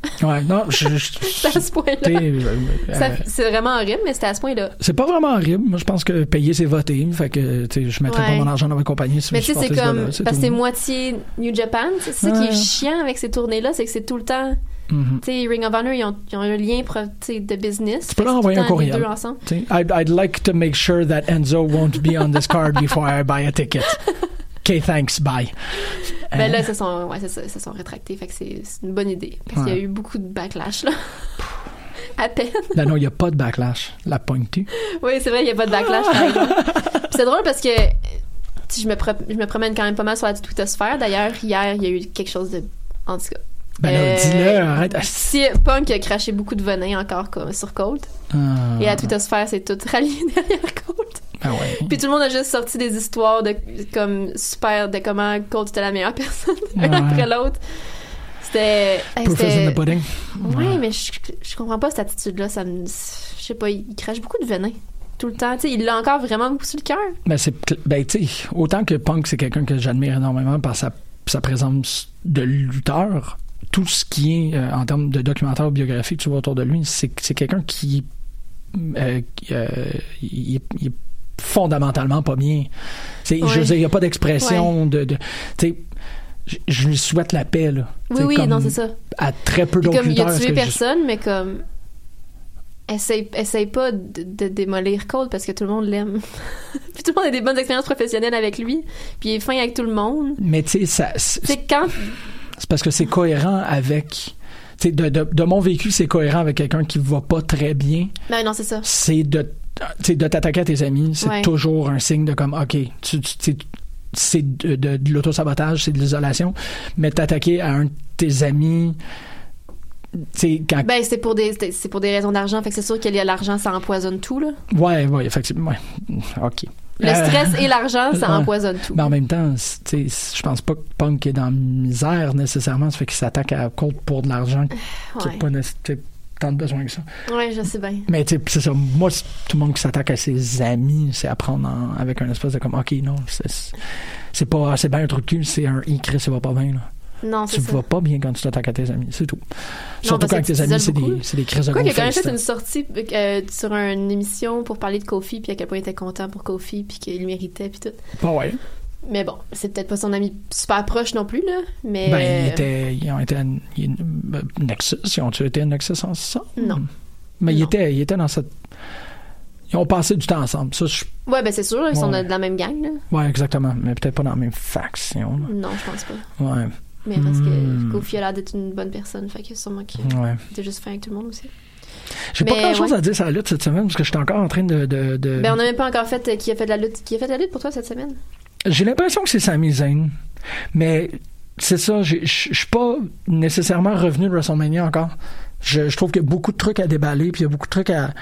Ouais, non, je- je-
C'est à ce
t'es,
point-là.
euh,
Ça-
euh,
C'est vraiment horrible, mais c'était à ce point-là.
c'est pas vraiment horrible. Moi, je pense que payer, c'est voter. Fait que, tu sais, je mettrais
Ouais.
pas mon argent dans ma compagnie si
Mais
je
tu sais, c'est
supportais ce
comme.
gars-là,
parce que c'est
tout.
moitié New Japan. C'est ça qui
Ouais.
est chiant avec ces tournées-là, c'est que c'est tout le temps.
Mhm.
Tu sais, Ring of Honor, ils ont, ils ont un lien pro- tu sais, de business.
Tu
Fait
peux
que
leur
c'est
envoyer
tout le
un
temps les
courriel.
deux ensemble.
Tu sais, I'd, I'd like to make sure that Enzo won't be on this card before I buy a ticket. OK, thanks, bye.
Ben
Euh,
là, ils se sont, ouais, c'est ça, ils se sont rétractés. Fait que c'est c'est une bonne idée. Parce qu'il y a
Ouais.
eu beaucoup de backlash, là. à peine.
non, non, il n'y a pas de backlash. La pointe-tu?
Oui, c'est vrai, il n'y a pas de backlash, par exemple. Puis c'est drôle parce que euh, tu sais, je me, pro- je me promène quand même pas mal sur la twittosphère. D'ailleurs, hier, il y a eu quelque chose de. En tout cas.
Ben là,
Euh,
dis-le, arrête. Ah,
Si Punk a craché beaucoup de venin encore comme, sur Colt.
Ah,
Et la twittosphère, c'est tout rallié derrière Colt.
ben ouais.
Puis tout le monde a juste sorti des histoires de comme super de comment Colt était la meilleure personne un
Ouais.
après l'autre. C'était. hey,
Proof is in
ben, c'était-
the pudding.
Ouais, mais je, je comprends pas cette attitude-là. Ça me. Je sais pas, il crache beaucoup de venin. Tout le temps. Tu sais, il l'a encore vraiment beaucoup sur le cœur.
Ben, c'est, cl- ben, tu sais, autant que Punk, c'est quelqu'un que j'admire énormément par sa, sa présence de lutteur, tout ce qui est, euh, en termes de documentaire biographique, tu vois autour de lui, c'est, c'est quelqu'un qui, euh, qui, euh, il, est- il est fondamentalement pas bien. Tu sais, Je
Ouais.
veux dire, il n'y a pas d'expression de. de tu sais, je- je lui souhaite la paix, là. Tu
Oui,
sais,
oui,
comme
non, c'est ça.
À très peu
Puis
d'autres
comme il
lutteurs.
a
est-ce
tué
que je-
personne, mais comme. Essaye, essaye pas de, de démolir Cole parce que tout le monde l'aime. puis tout le monde a des bonnes expériences professionnelles avec lui. Puis il est fin avec tout le monde.
Mais tu sais, ça- c'est
C'est quand.
c'est parce que c'est cohérent avec. tu sais, De, de, de mon vécu, c'est cohérent avec quelqu'un qui va pas très bien.
Ben non, c'est ça.
C'est de, tu sais, de t'attaquer à tes amis. C'est
Ouais.
toujours un signe de comme, OK, tu, tu- tu sais, c'est de, de, de l'autosabotage, c'est de l'isolation. Mais t'attaquer à un de tes amis, tu sais, quand.
Ben c'est pour des c'est- c'est pour des raisons d'argent. Fait que c'est sûr qu'il y a l'argent, ça empoisonne tout là.
ouais, ouais, effectivement. Ouais. OK.
Ben Le
Euh,
stress et l'argent, ça
ouais.
empoisonne tout.
Mais en même temps, c'est- tu sais, je pense pas que Punk est dans la misère nécessairement. Ça fait qu'il s'attaque à Colt pour de l'argent qui
Ouais.
n'a pas nécess- tu sais, tant de besoin que ça.
Ouais, je sais bien.
Mais tu sais, c'est ça. Moi, c'est- tout le monde qui s'attaque à ses amis, c'est à prendre en- avec un espèce de comme, OK, non, c'est- c'est pas, c'est bien un truc de cul, c'est un i Chris, ça va pas bien. Là.
Non,
Tu
Ah, c'est ça.
vas pas bien quand tu t'attaques à tes amis, c'est tout.
parce
Surtout quand
que
avec
tu
tes amis,
t'isoles
c'est des,
beaucoup.
c'est des crises de
Quoi qu'il
gros
a quand même
face,
fait
là.
une sortie euh, sur une émission pour parler de Kofi, puis à quel point il était content pour Kofi, puis qu'il le méritait, puis tout.
Bah ouais.
Mais bon, c'est peut-être pas son ami super proche non plus, là. Mais.
Ben, ils,
euh,
étaient, ils ont été à ils- euh, Nexus. Ils ont-tu été à Nexus ensemble?
Non.
Mais Ils,
Non.
étaient, ils étaient dans cette. Ils ont passé du temps ensemble. Ça, je...
Ouais, ben c'est sûr, là, ils sont
Ouais.
de la même gang, là.
Ouais, exactement. Mais peut-être pas dans la même faction. là.
Non, je pense pas.
Ouais.
Mais parce que
Hmm.
Kofi a l'air d'être une bonne personne, fait que sûrement qu'il
Ouais.
était juste fin avec tout le monde aussi.
J'ai pas
Mais
grand chose
ouais.
à dire sur la lutte cette semaine parce que je suis encore en train de. de- de-
Ben, on n'a même pas encore fait euh, qui a fait de la lutte. Qui a fait de la lutte pour toi cette semaine?
J'ai l'impression que c'est Sami Zayn. Mais c'est ça, j'ai- je je suis pas nécessairement revenu de WrestleMania encore. Je, je trouve qu'il y a beaucoup de trucs à déballer, puis il y a beaucoup de trucs à,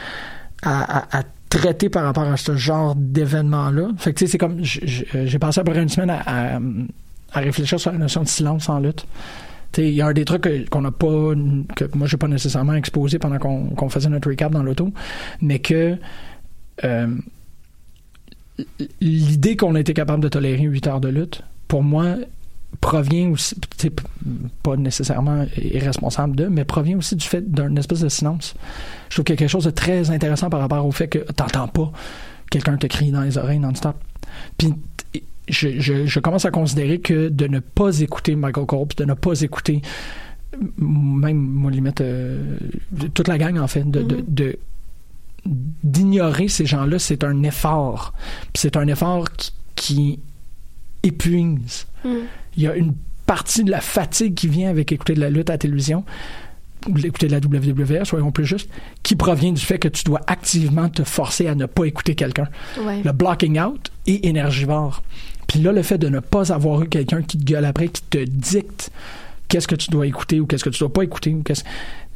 à- à- à traiter par rapport à ce genre d'événement-là. Fait que tu sais, c'est comme. j- j- euh, J'ai passé à peu près une semaine à, à- à réfléchir sur la notion de silence en lutte. Tu sais, Il y a un des trucs que- qu'on n'a pas, que moi j'ai pas nécessairement exposé pendant qu'on qu'on faisait notre recap dans l'auto, mais que euh, l'idée qu'on a été capable de tolérer 8 heures de lutte, pour moi, provient aussi, tu sais, p- pas nécessairement irresponsable de, mais provient aussi du fait d'un espèce de silence. Je trouve qu'il y a quelque chose de très intéressant par rapport au fait que t'entends pas quelqu'un te crie dans les oreilles non-stop. Puis t- je, je- je commence à considérer que de ne pas écouter Michael Cole, puis de ne pas écouter m- même, moi, limite, euh, toute la gang, en fait, de- de- de d'ignorer ces gens-là, c'est un effort. Puis c'est un effort qui, qui épuise. Il y a une partie de la fatigue qui vient avec écouter de la lutte à la télévision, ou écouter de la WWE, soyons plus justes, qui provient du fait que tu dois activement te forcer à ne pas écouter quelqu'un.
Ouais.
Le blocking out est énergivore. Puis là, le fait de ne pas avoir eu quelqu'un qui te gueule après, qui te dicte qu'est-ce que tu dois écouter ou qu'est-ce que tu dois pas écouter, ou qu'est-ce-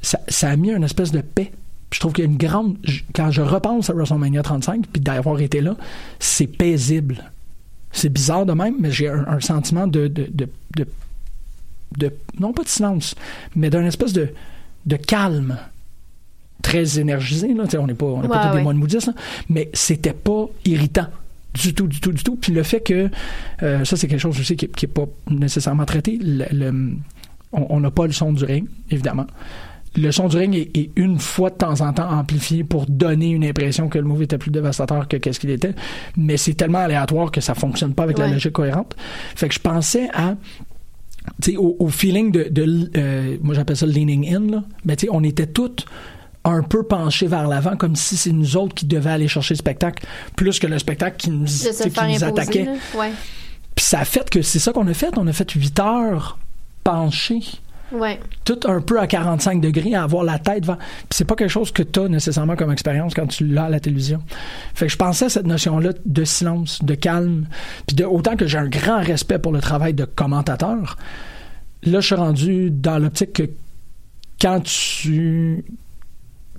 ça, ça a mis une espèce de paix. Puis Je trouve qu'il y a une grande. je- Quand je repense à WrestleMania 35, puis d'avoir été là, c'est paisible. C'est bizarre de même, mais j'ai un, un sentiment de, de, de, de, de- Non pas de silence, mais d'un espèce de, de calme très énergisé. Là. Tu sais, On n'est pas, on n'est pas
Ouais,
tous des
ouais.
moines bouddhistes, là. mais c'était pas irritant. Du tout, du tout, du tout. Puis le fait que. euh, ça, c'est quelque chose aussi qui n'est pas nécessairement traité. Le- le- on on n'a pas le son du ring, évidemment. Le son du ring est, est une fois de temps en temps amplifié pour donner une impression que le move était plus dévastateur que qu'est-ce qu'il était, mais c'est tellement aléatoire que ça fonctionne pas avec la
Ouais.
logique cohérente. Fait que je pensais à tu sais, au, au feeling de, de l- euh, moi j'appelle ça le leaning in là. mais tu sais, on était toutes un peu penchés vers l'avant comme si c'est nous autres qui devaient aller chercher le spectacle plus que le spectacle qui nous, tu
De
sais,
se
qui
faire
nous
imposer.
attaquait
là. Ouais.
puis ça a fait que c'est ça qu'on a fait on a fait 8 heures penchées
Ouais.
tout un peu à 45 degrés, à avoir la tête vers... Puis c'est pas quelque chose que t'as nécessairement comme expérience quand tu l'as à la télévision. Fait que je pensais à cette notion-là de silence, de calme, puis de, autant que j'ai un grand respect pour le travail de commentateur, là, je suis rendu dans l'optique que quand tu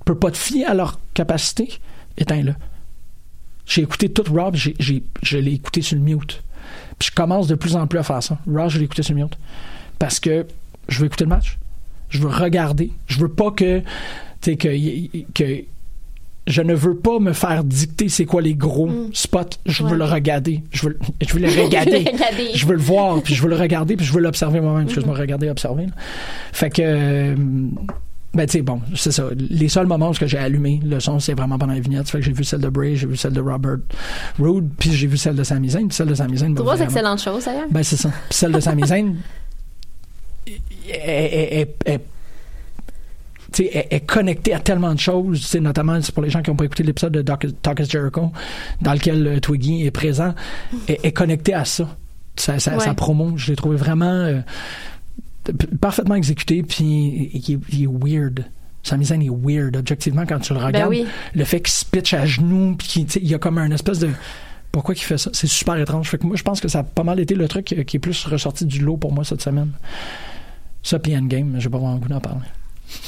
peux pas te fier à leur capacité, éteins-le. J'ai écouté tout Rob, j'ai, j'ai- je l'ai écouté sur le mute. Puis je commence de plus en plus à faire ça. Rob, je l'ai écouté sur le mute. Parce que je veux écouter le match. Je veux regarder. Je veux pas que. Tu sais, que, y- y- que. Je ne veux pas me faire dicter c'est quoi les gros spots. Je veux
Ouais.
le regarder. Je veux, le- je veux le regarder.
Regarder.
Je veux le voir, puis je veux le regarder, puis je veux l'observer moi-même. Excuse-moi, regarder, observer. là. Fait que. euh, Ben, tu sais, bon, c'est ça. Les seuls moments où ce que j'ai allumé le son, c'est vraiment pendant les vignettes. Fait que j'ai vu celle de Bray, j'ai vu celle de Robert Roode, puis j'ai vu celle de Sami Zayn, puis celle de Sami Zayn. m'a
Trois
vraiment-
excellentes choses, d'ailleurs.
Ben, c'est ça. Puis celle de Sami Zayn est- est- est- est- est- tu sais, est, est connectée à tellement de choses. Tu sais, notamment, c'est pour les gens qui n'ont pas écouté l'épisode de Doc- Talk is Jericho, dans lequel euh, Twiggy est présent, est, est connecté à ça. Sa, sa-
Ouais.
sa promo, je l'ai trouvé vraiment euh, p- parfaitement exécuté, puis il, est- il est weird. Sa mise en est weird, objectivement, quand tu le regardes.
Ben oui.
Le fait qu'il se pitche à genoux, puis qu'il- tu sais, il y a comme un espèce de. Pourquoi qu'il fait ça? C'est super étrange. Fait que moi, je pense que ça a pas mal été le truc qui est plus ressorti du lot pour moi cette semaine. Ça, puis Endgame, j'ai pas vraiment le goût d'en parler.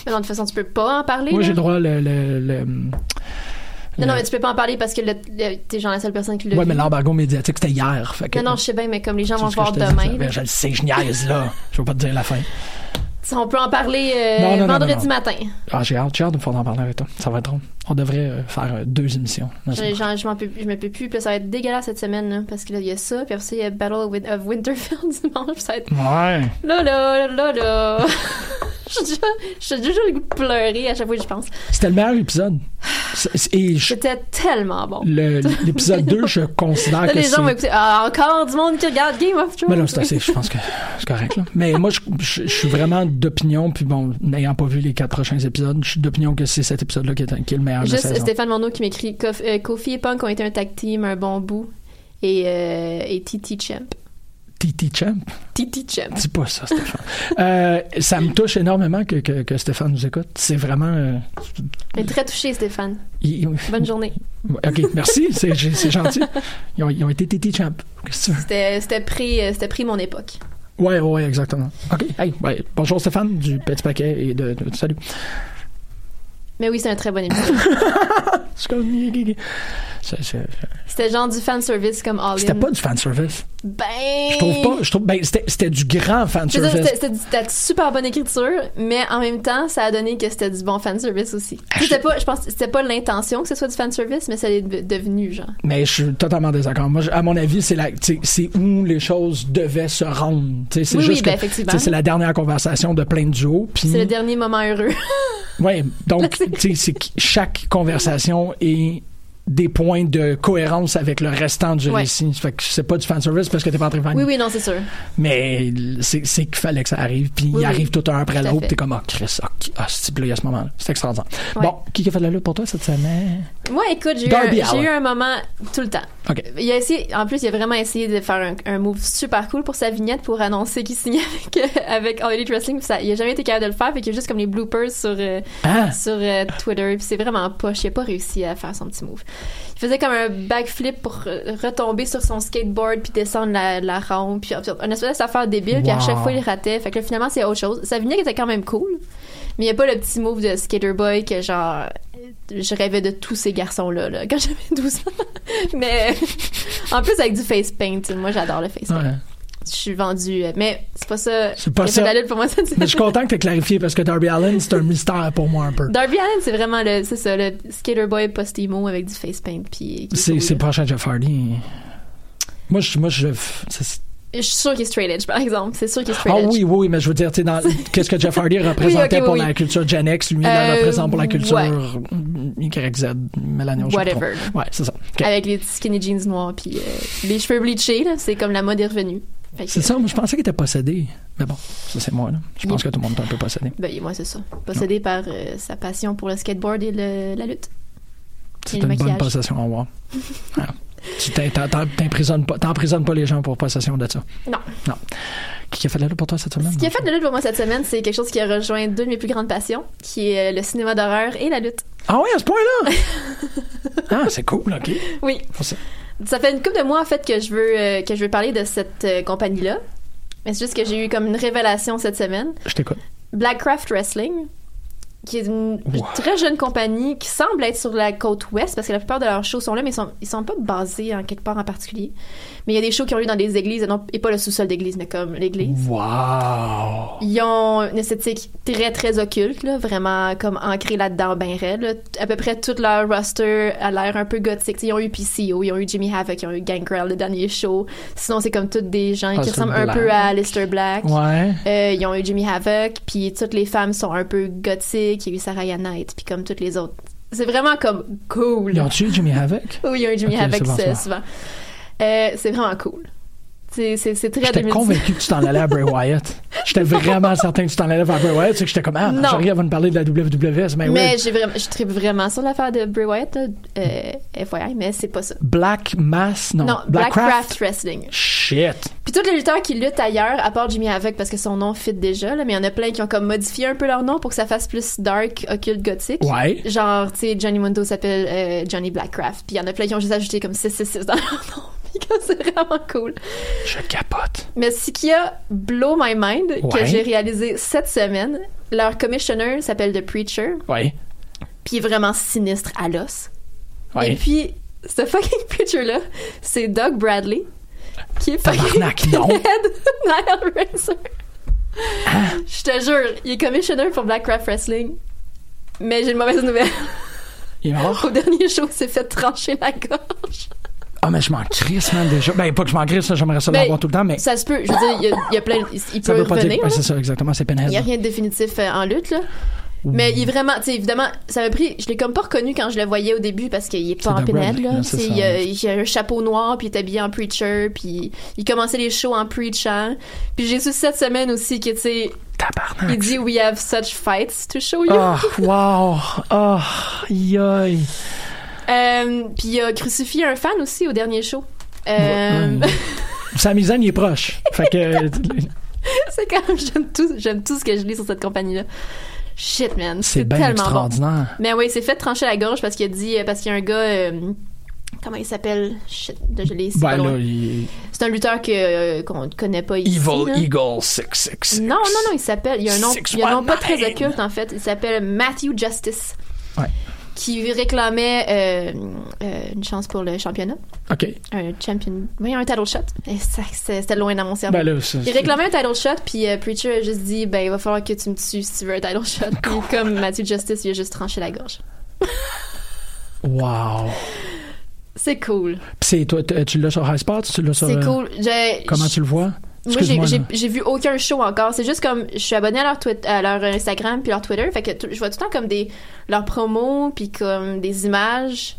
Mais non, de toute façon, tu peux pas en parler.
Moi,
là.
j'ai le droit le. le, le-
Non, non,
le-
mais tu peux pas en parler parce que le- le- t'es genre la seule personne qui l'a
Ouais,
vu.
mais l'embargo médiatique, c'était hier. Fait que,
Non, non, je sais bien, mais comme les gens
C'est
vont
ce que
voir
je te dis.
demain.
Ben,
là.
je le sais, je niaise, là. Je vais pas te dire la fin.
Ça, On peut en parler euh,
Non, non, non,
vendredi
non, non.
matin.
Ah, j'ai hâte, j'ai hâte de me faire en parler avec toi. Ça va être drôle. On devrait euh, faire euh, deux émissions. Non, c'est
Je, genre, je, m'en peux, je me peux plus. Puis là, ça va être dégueulasse cette semaine, là, parce que là, il y a ça. Puis après ça, il y a Battle of Win- of Winterfell dimanche. Ça va être
bon. Ouais.
là, là, là, là. J'ai déjà- J'ai déjà le goût de pleurer à chaque fois que je pense.
C'était le meilleur épisode. C'est- c'est- Et je-
C'était tellement bon.
le- l'épisode 2, je considère
Là,
que
les gens vont
c'est.
écouter. Ah, encore du monde qui regarde Game of Thrones.
Mais non, c'est assez, je pense que c'est correct. Là. Mais moi, je, je- je suis vraiment d'opinion, puis bon, n'ayant pas vu les quatre prochains épisodes, je suis d'opinion que c'est cet épisode-là qui est, qui est le meilleur de Ah, la
Juste
saison.
Stéphane Monod qui m'écrit Kof- euh, Kofi et Punk ont été un tag team, un bon bout. Et, euh, et TT Champ.
TT Champ,
TT Champ.
dis pas ça, Stéphane. Euh, ça me touche énormément que, que, que Stéphane nous écoute. C'est vraiment. euh,
On est très touché, Stéphane.
il- il-
Bonne journée.
OK, merci, c'est j'ai- c'est gentil. Ils ont, ils ont été TT Champ. Qu'est-ce que tu veux?
C'était c'était pris, euh, c'était pris mon époque.
Ouais, ouais, ouais, exactement. OK, hey, ouais, bonjour Stéphane du Petit Paquet et de. de- salut.
Mais oui, c'est un très bon épisode.
C'est comme- c'est- c'est-
C'était genre du fan service comme All
C'était
In.
pas du fanservice.
Ben.
Je trouve pas. Je trouve, ben, c'était c'était du grand
Je veux dire,
fanservice.
C'était c'était du- c'était de super bonne écriture, mais en même temps, ça a donné que c'était du bon fanservice aussi. C'était pas, Ah, je pense, que c'était pas l'intention que ce soit du fanservice, mais ça l'est de- devenu, genre.
Mais je suis totalement désaccord. Moi, je- à mon avis, c'est la- tu sais, c'est où les choses devaient se rendre. Tu sais, C'est
Oui,
juste
oui, ben,
que, tu
effectivement.
sais, c'est la dernière conversation de plein de duos. Puis,
C'est le dernier moment heureux.
ouais, donc, tu sais, c'est que chaque conversation est des points de cohérence avec le restant du
Ouais.
récit. Fait que c'est pas du fanservice parce que t'es pas en train de faire
oui,
une
oui, non, c'est sûr.
Mais c'est c'est qu'il fallait que ça arrive. Puis
Oui,
il arrive
oui.
tout un après
Tout à
l'autre.
fait.
T'es comme, ah, Chris, ah, qui- ah, c'est là, il y a ce moment-là. C'est extraordinaire.
Ouais.
Bon, qui a fait de la lutte pour toi cette semaine?
Moi, écoute, j'ai eu, un,
Darby
j'ai
Allin.
eu un moment tout le temps.
OK.
Il a essayé, en plus, il a vraiment essayé de faire un, un move super cool pour sa vignette pour annoncer qu'il signait avec, avec All Elite Wrestling. puis ça, il a jamais été capable de le faire, fait qu'il y a juste comme les bloopers sur, euh,
Hein?
sur euh, Twitter. Puis c'est vraiment poche. Il a pas réussi à faire son petit move. Il faisait comme un backflip pour euh, retomber sur son skateboard puis descendre la, la rampe. Puis puis une espèce d'affaire débile puis à
Wow.
chaque fois il ratait. Fait que là, finalement, c'est autre chose. Sa vignette était quand même cool, mais il n'y a pas le petit move de skater boy que genre. Je rêvais de tous ces garçons-là là, quand j'avais 12 ans. Mais en plus, avec du face paint, moi j'adore le face paint.
Ouais.
Je suis vendue. euh, Mais c'est pas ça.
C'est pas
Il a fait
ça.
de la lutte pour moi, ça,
Mais je suis content que tu clarifié parce que Darby Allen, c'est un mystère pour moi un peu.
Darby Allen, c'est vraiment le, c'est ça, le skater boy post-emo avec du face paint. Puis, qui est
C'est
cool,
c'est
là.
proche à Jeff Hardy. Moi, je. Moi, je c'est-
Je suis sûre qu'il est straight edge, par exemple. C'est sûr qu'il est straight
ah
edge.
oui, oui, oui, mais je veux dire, tu sais, dans qu'est-ce que Jeff Hardy représentait
Oui, ok,
pour
oui,
la
oui.
culture Gen X, lui, il
Euh,
la représente pour la culture
ouais.
YZ, Mélanie, je sais pas trop.
Whatever.
Ouais, c'est ça. Ok.
Avec les petits skinny jeans noirs, puis euh, les cheveux bleachés, là, c'est comme la mode est revenue. Fait que-
C'est ça, moi, je pensais qu'il était possédé. Mais bon, ça, c'est moi, là. Je pense que tout le monde est un peu possédé.
Ben, moi, c'est ça. Possédé par euh, sa passion pour le skateboard et le- la lutte. Et
C'est une
le
bonne
maquillage.
possession à avoir. Ouais. Tu t'in- t'in- t'in- t'emprisonnes pas, t'emprisonnes pas les gens pour possession de ça.
Non.
Non. Qui qui a fait de la lutte pour toi cette semaine?
Ce qui a fait de la lutte pour moi cette semaine, c'est quelque chose qui a rejoint deux de mes plus grandes passions, qui est euh, le cinéma d'horreur et la lutte.
Ah oui, à ce point-là! ah, c'est cool, OK.
Oui.
Faut ça.
Ça fait une couple de mois en fait que je veux euh, que je veux parler de cette euh, compagnie là. Mais c'est juste que j'ai eu comme une révélation cette semaine.
Je t'écoute.
Blackcraft Wrestling, qui est une
Wow.
très jeune compagnie qui semble être sur la côte ouest parce que la plupart de leurs shows sont là, mais ils sont, ils sont pas basés en quelque part en particulier. Mais il y a des shows qui ont lieu dans des églises, et, non- et pas le sous-sol d'église, mais comme l'église.
Wow!
Ils ont une esthétique très, très occulte, là, vraiment comme ancrée là-dedans, ben raide. là. T- À peu près tout leur roster a l'air un peu gothique. T'sais, ils ont eu PCO, ils ont eu Jimmy Havoc, ils ont eu Gangrel, le dernier show. Sinon, c'est comme toutes des gens qui
Aleister
ressemblent un peu
Black.
à Lister Black.
Ouais.
Euh, ils ont eu Jimmy Havoc, puis toutes les femmes sont un peu gothiques. Il y a eu Saraya Knight, puis comme toutes les autres. C'est vraiment comme cool.
Ils ont tué Jimmy Havoc?
Oui, ils ont eu Jimmy
Ok,
Havoc
c'est bon,
c'est-
c'est
souvent. Euh, c'est vraiment cool. C'est c'est- c'est très
J'étais
2010.
convaincu que tu t'en allais à Bray Wyatt. J'étais vraiment certain que tu t'en allais vers Bray Wyatt. C'est que j'étais comme, ah,
Non.
Jean-Guy va nous parler de la WWF. Mais,
mais
weird.
j'ai vraiment, je tripe vraiment sur l'affaire de Bray Wyatt, là, euh, FYI, mais c'est pas ça.
Black Mass, non.
Non,
Black
Blackcraft
Craft.
Wrestling.
Shit.
Puis tous les lutteurs qui luttent ailleurs, à part Jimmy Havoc parce que son nom fit déjà, là, mais il y en a plein qui ont comme modifié un peu leur nom pour que ça fasse plus dark, occulte, gothique.
Ouais.
Genre, tu sais, Johnny Mundo s'appelle euh, Johnny Blackcraft. Puis il y en a plein qui ont juste ajouté comme 666 dans leur nom. Puis comme c'est vraiment cool.
Je capote.
Mais ce qui a blow my mind,
Ouais.
que j'ai réalisé cette semaine, leur commissioner s'appelle The Preacher,
Ouais.
puis il est vraiment sinistre à l'os.
Ouais.
Et puis, ce fucking Preacher-là, c'est Doug Bradley, qui est fucking
Tabarnak, non.
Ed Nile Racer.
Hein?
Je te jure, il est commissioner pour Blackcraft Wrestling. Mais j'ai une mauvaise nouvelle.
Il est mort.
Au dernier show, il s'est fait trancher la gorge.
Ah, mais je m'en crisse, man, déjà. Ben, pas que je m'en crisse, là, j'aimerais ça
Ben,
l'avoir tout le temps, mais
Ça se peut, je veux dire, il y a, il y a plein. Il, il
ça
peut
veut pas dire.
revenir.
Ouais,
là.
c'est ça, exactement, c'est
Il n'y a
Pinhead.
rien de définitif euh, en lutte, là. Mais il est vraiment, tu sais, évidemment, ça m'a pris, je l'ai comme pas reconnu quand je le voyais au début parce qu'il est pas
C'est
en
The Red,
pinhead, là.
non,
Tu
c'est
sais,
ça.
il, a- il a un chapeau noir, puis il est habillé en preacher, puis il commençait les shows en preachant. Puis j'ai su cette semaine aussi que, tu sais, il
Tabarnak.
dit We have such fights to show you.
Ah, wow. Ah, yoï.
Euh, puis il a crucifié un fan aussi au dernier show. Euh,
Ouais. Samizane, il est proche. Fait que. euh,
c'est quand même, j'aime tout, j'aime tout ce que je lis sur cette compagnie-là. Shit, man.
C'est
C'est
bien
tellement bon.
extraordinaire.
Mais oui, il s'est fait trancher la gorge parce qu'il a dit euh, parce qu'il y a un gars euh, comment il s'appelle Shit, là, je l'ai ici, pas
Ben
loin.
là, il est
C'est un lutteur que euh, qu'on ne connaît pas ici.
Evil
là.
Eagle 666.
Non, non, non, il s'appelle. Il y a un nom,
Six
il y a un nom pas
one
très
nine.
occulte en fait. Il s'appelle Matthew Justice.
Ouais.
Qui réclamait euh, euh, une chance pour le championnat,
OK.
un champion, oui, un title shot. Et ça, c'est- c'était loin dans mon cerveau.
Ben là, ça.
Il réclamait un title shot, puis euh, Preacher a juste dit, ben il va falloir que tu me tues si tu veux un title shot. Puis comme Matthew Justice, il a juste tranché la gorge.
Wow.
C'est cool.
Pis c'est toi, t- tu l'as sur High Spots, tu l'as sur.
C'est
euh,
cool. Je-
Comment
je-
tu le vois?
Moi, j'ai-
Excuse-moi,
j'ai
là.
j'ai vu aucun show encore. C'est juste comme je suis abonnée à leur, Twitter, à leur Instagram puis leur Twitter. Fait que tout- je vois tout le temps comme des leurs promos puis comme des images.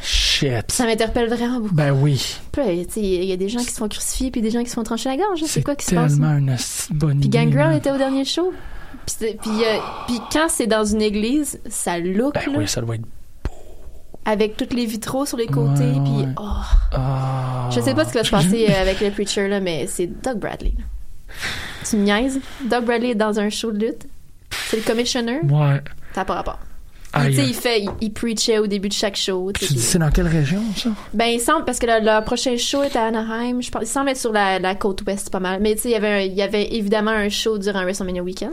Puis
Shit.
Ça m'interpelle vraiment beaucoup.
Ben oui.
Puis, tu sais, Il y a des gens qui se font crucifier puis des gens qui se font trancher la gorge. hein. C'est
C'est
quoi qui se passe?
tellement une hostie de bonne
Puis
idée,
Gangrel
man.
était au dernier show. Puis, c'est- puis, euh, puis quand c'est dans une église, ça look
Ben
là,
oui, ça doit être.
avec tous les vitraux sur les côtés.
Ouais,
puis
ouais.
oh.
Ah.
Je sais pas ce qui va se passer euh, avec le Preacher, là, mais c'est Doug Bradley. là. Tu me niaises? Doug Bradley est dans un show de lutte. C'est le commissioner.
Ouais.
Ça n'a pas rapport.
Aïe.
Il, tu sais, il fait, il, il preachait au début de chaque show. tu sais,
Tu dis,
puis-
c'est dans quelle région, ça?
ben, il semble, parce que le, le prochain show est à Anaheim. Je pense, il semble être sur la, la côte ouest, pas mal. Mais tu sais, il y avait un- il y avait évidemment un show durant WrestleMania Weekend.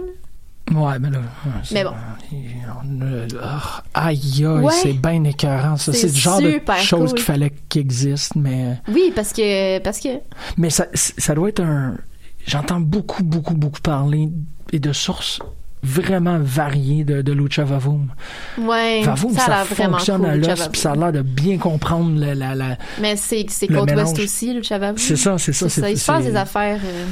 Ouais, mais là. ouais, c'est-
bon.
on a- ah, aïe, aïe,
Ouais.
c'est bien écœurant, ça.
C'est
C'est le genre de
super
choses
cool.
qu'il fallait qu'il existe, mais.
Oui, parce que, parce que,
Mais ça, ça doit être un. J'entends beaucoup, beaucoup, beaucoup parler et de sources vraiment variées de, de Lucha Vavoom.
ouais,
Vavoom,
ça a
ça,
l'air vraiment
fonctionne
cool,
à
le
l'os,
Chavab.
puis ça a l'air de bien comprendre la. la, la-
Mais c'est, c'est
le
côte ouest
mélange.
aussi, le Chavab.
C'est ça, c'est ça.
C'est ça. Il se passe des affaires. euh,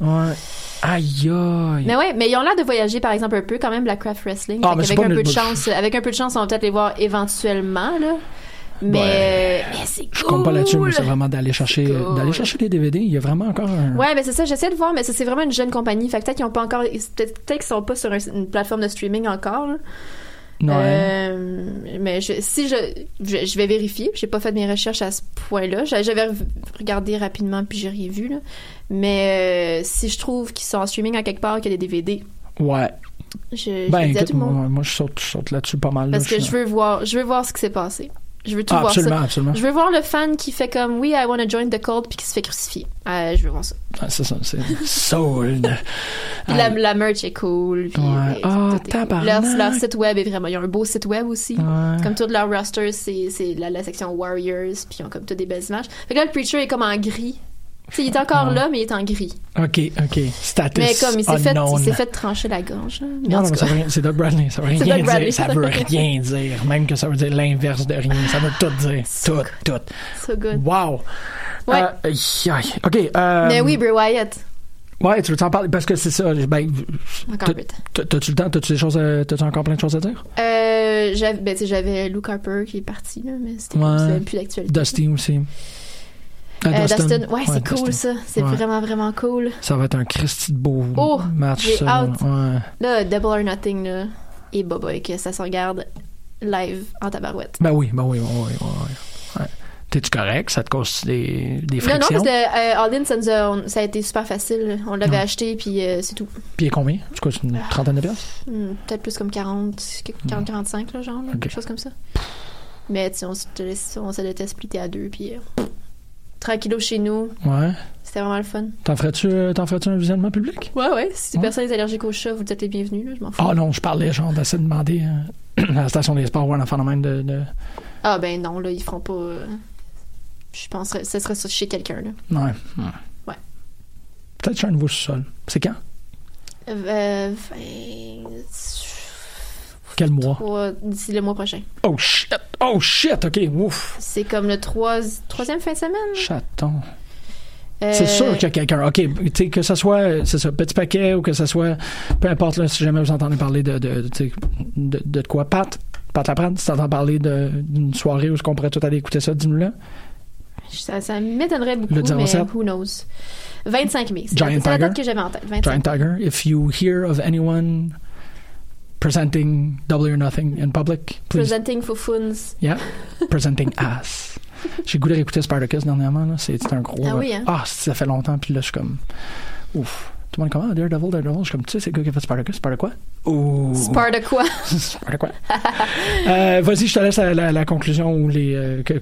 Ouais. Aïe, aïe.
Mais ouais, mais ils ont l'air de voyager par exemple un peu quand même la craft wrestling.
Ah,
Fait
mais c'est
qu'avec
pas
un
une-
peu de chance, avec un peu de chance, on va peut-être les voir éventuellement là. Mais,
Ouais.
mais c'est cool.
Je compte pas là-dessus, mais c'est vraiment d'aller chercher,
C'est cool.
d'aller chercher les DVD. Il y a vraiment encore un.
Ouais, mais c'est ça, j'essaie de voir, mais ça, c'est vraiment une jeune compagnie. Fait que peut-être qu'ils ont pas encore, peut-être peut-être qu'ils sont pas sur un- une plateforme de streaming encore. là.
Ouais.
Euh, mais je- si je, je, je vais vérifier. J'ai pas fait mes recherches à ce point-là. J'a- J'avais rev- regardé rapidement puis j'ai rien vu là. Mais euh, si je trouve qu'ils sont en streaming à quelque part, qu'il y a des DVD,
ouais.
je, je
Ben,
le dis à tout
écoute,
le monde.
moi, moi, je saute, je saute là-dessus pas mal.
Parce
là,
que
suis-
je veux voir, je veux voir ce qui s'est passé. Je veux tout
Ah,
voir
absolument,
ça.
absolument.
Je veux voir le fan qui fait comme oui, I want to join the cult puis qui se fait crucifier. Euh, je veux voir ça.
Ah, c'est ça, c'est sold.
Puis la, la merch est cool. puis,
Ah. Ouais.
ouais,
Ah,
tout est cool.
tabarnak. Ah.
leur, leur site web est vraiment, ils ont un beau site web aussi.
Ouais.
Comme tout leur roster, c'est c'est la, la section Warriors puis ils ont comme toutes des belles images. Fait que là, le preacher est comme en gris. Tu sais, il est encore
Ouais.
là, mais il est en gris.
Ok, ok. Status
Mais comme il s'est fait,
unknown.
il s'est fait trancher la gorge. là. Mais
Non,
en
non,
tout
mais ça
cas,
veut rien- c'est Doug Bradley. Ça veut rien
C'est
dire.
Doug Bradley.
Ça veut rien dire. Même que ça veut dire l'inverse de rien. Ça veut tout dire. Tout, tout.
so good.
Wow.
Ouais.
Euh, aïe, aïe. ok. euh,
mais oui, Bray Wyatt.
Ouais, tu veux t'en parler parce que c'est ça. Ben,
Encore un peu
t'as-
de temps.
t'as- t'as-tu le temps? T'as-tu des choses? à- T'as-tu encore plein de choses à dire?
Euh, j'avais, ben, tu sais, j'avais Luke Harper qui est parti, là, mais c'était
Ouais.
comme ça, plus d'actualité.
Dusty aussi. à
Euh,
Dustin.
Dustin. Ouais, c'est
Dustin.
cool ça. C'est
Ouais.
vraiment, vraiment cool.
Ça va être un Christy de beau
Oh,
match,
j'ai
ça.
hâte.
ouais.
Là, Double or Nothing, là. Et Boboy, que ça se regarde live en tabarouette.
Ben oui, ben oui, oui, oui. oui. Ouais. T'es-tu correct? Ça te cause des,
Non,
des
non,
frictions?
parce que euh, All In, ça, nous a, on- ça a été super facile. On l'avait
Ouais.
acheté, puis euh, c'est tout.
Puis il est combien? C'est quoi, c'est une trentaine de pièces?
Hmm, Peut-être plus comme 40, 40-45, là, genre, là,
Ok.
quelque chose comme ça. Mais, tu sais, on se laisse- on se l'était splitté à deux, puis euh, tranquillo chez nous.
Ouais.
C'était vraiment le fun.
T'en ferais-tu euh, t'en ferais-tu un visionnement public?
Ouais, ouais. Si
Ouais.
personne est allergique aux chats, vous êtes les bienvenus, là, je m'en fous.
Ah non, je parlais genre d'essayer de demander euh, à la station des sports ou à un enfant de même de... de-
Ah, ben non, là, ils feront pas. euh, Je penserais, ce serait ça chez quelqu'un, là.
Ouais. ouais.
Ouais.
Peut-être sur un nouveau sous-sol. C'est quand?
Euh, vingt-
Quel mois?
trois- D'ici le mois prochain.
Oh shit! Oh shit! OK, ouf!
C'est comme le trois, troisième fin de semaine.
Chaton.
Euh,
C'est sûr qu'il y a quelqu'un. OK, tu sais, que ce soit c'est ça, Petit Paquet ou que ce soit. Peu importe, là, si jamais vous entendez parler de de, tu sais, de, de, quoi, Pat, Pat Laprade, si t'entends parler de- d'une soirée où on pourrait tout aller écouter ça, dis-nous là.
Ça, ça m'étonnerait beaucoup,
Le
mais
07.
who knows. 25 mai. C'est
Giant
la, c'est la
Tiger.
date que j'avais en tête. 25.
Giant Tiger, if you hear of anyone presenting Double or Nothing in public, please.
Presenting for Funs.
Yeah, presenting ass. J'ai goûté réécouter Spartacus dernièrement, là. C'est c'est un gros.
Ah oui, hein?
Ah, ça fait longtemps, puis là, je suis comme. Ouf. Tout le monde est comme, ah, Daredevil, Daredevil. Je suis comme, tu sais, c'est le gars qui a fait Spartacus, Spartacus.
Oh.
Ouh.
Sparta quoi?
N'importe quoi. Euh, Vas-y, je te laisse la, la- la conclusion ou les. euh, que-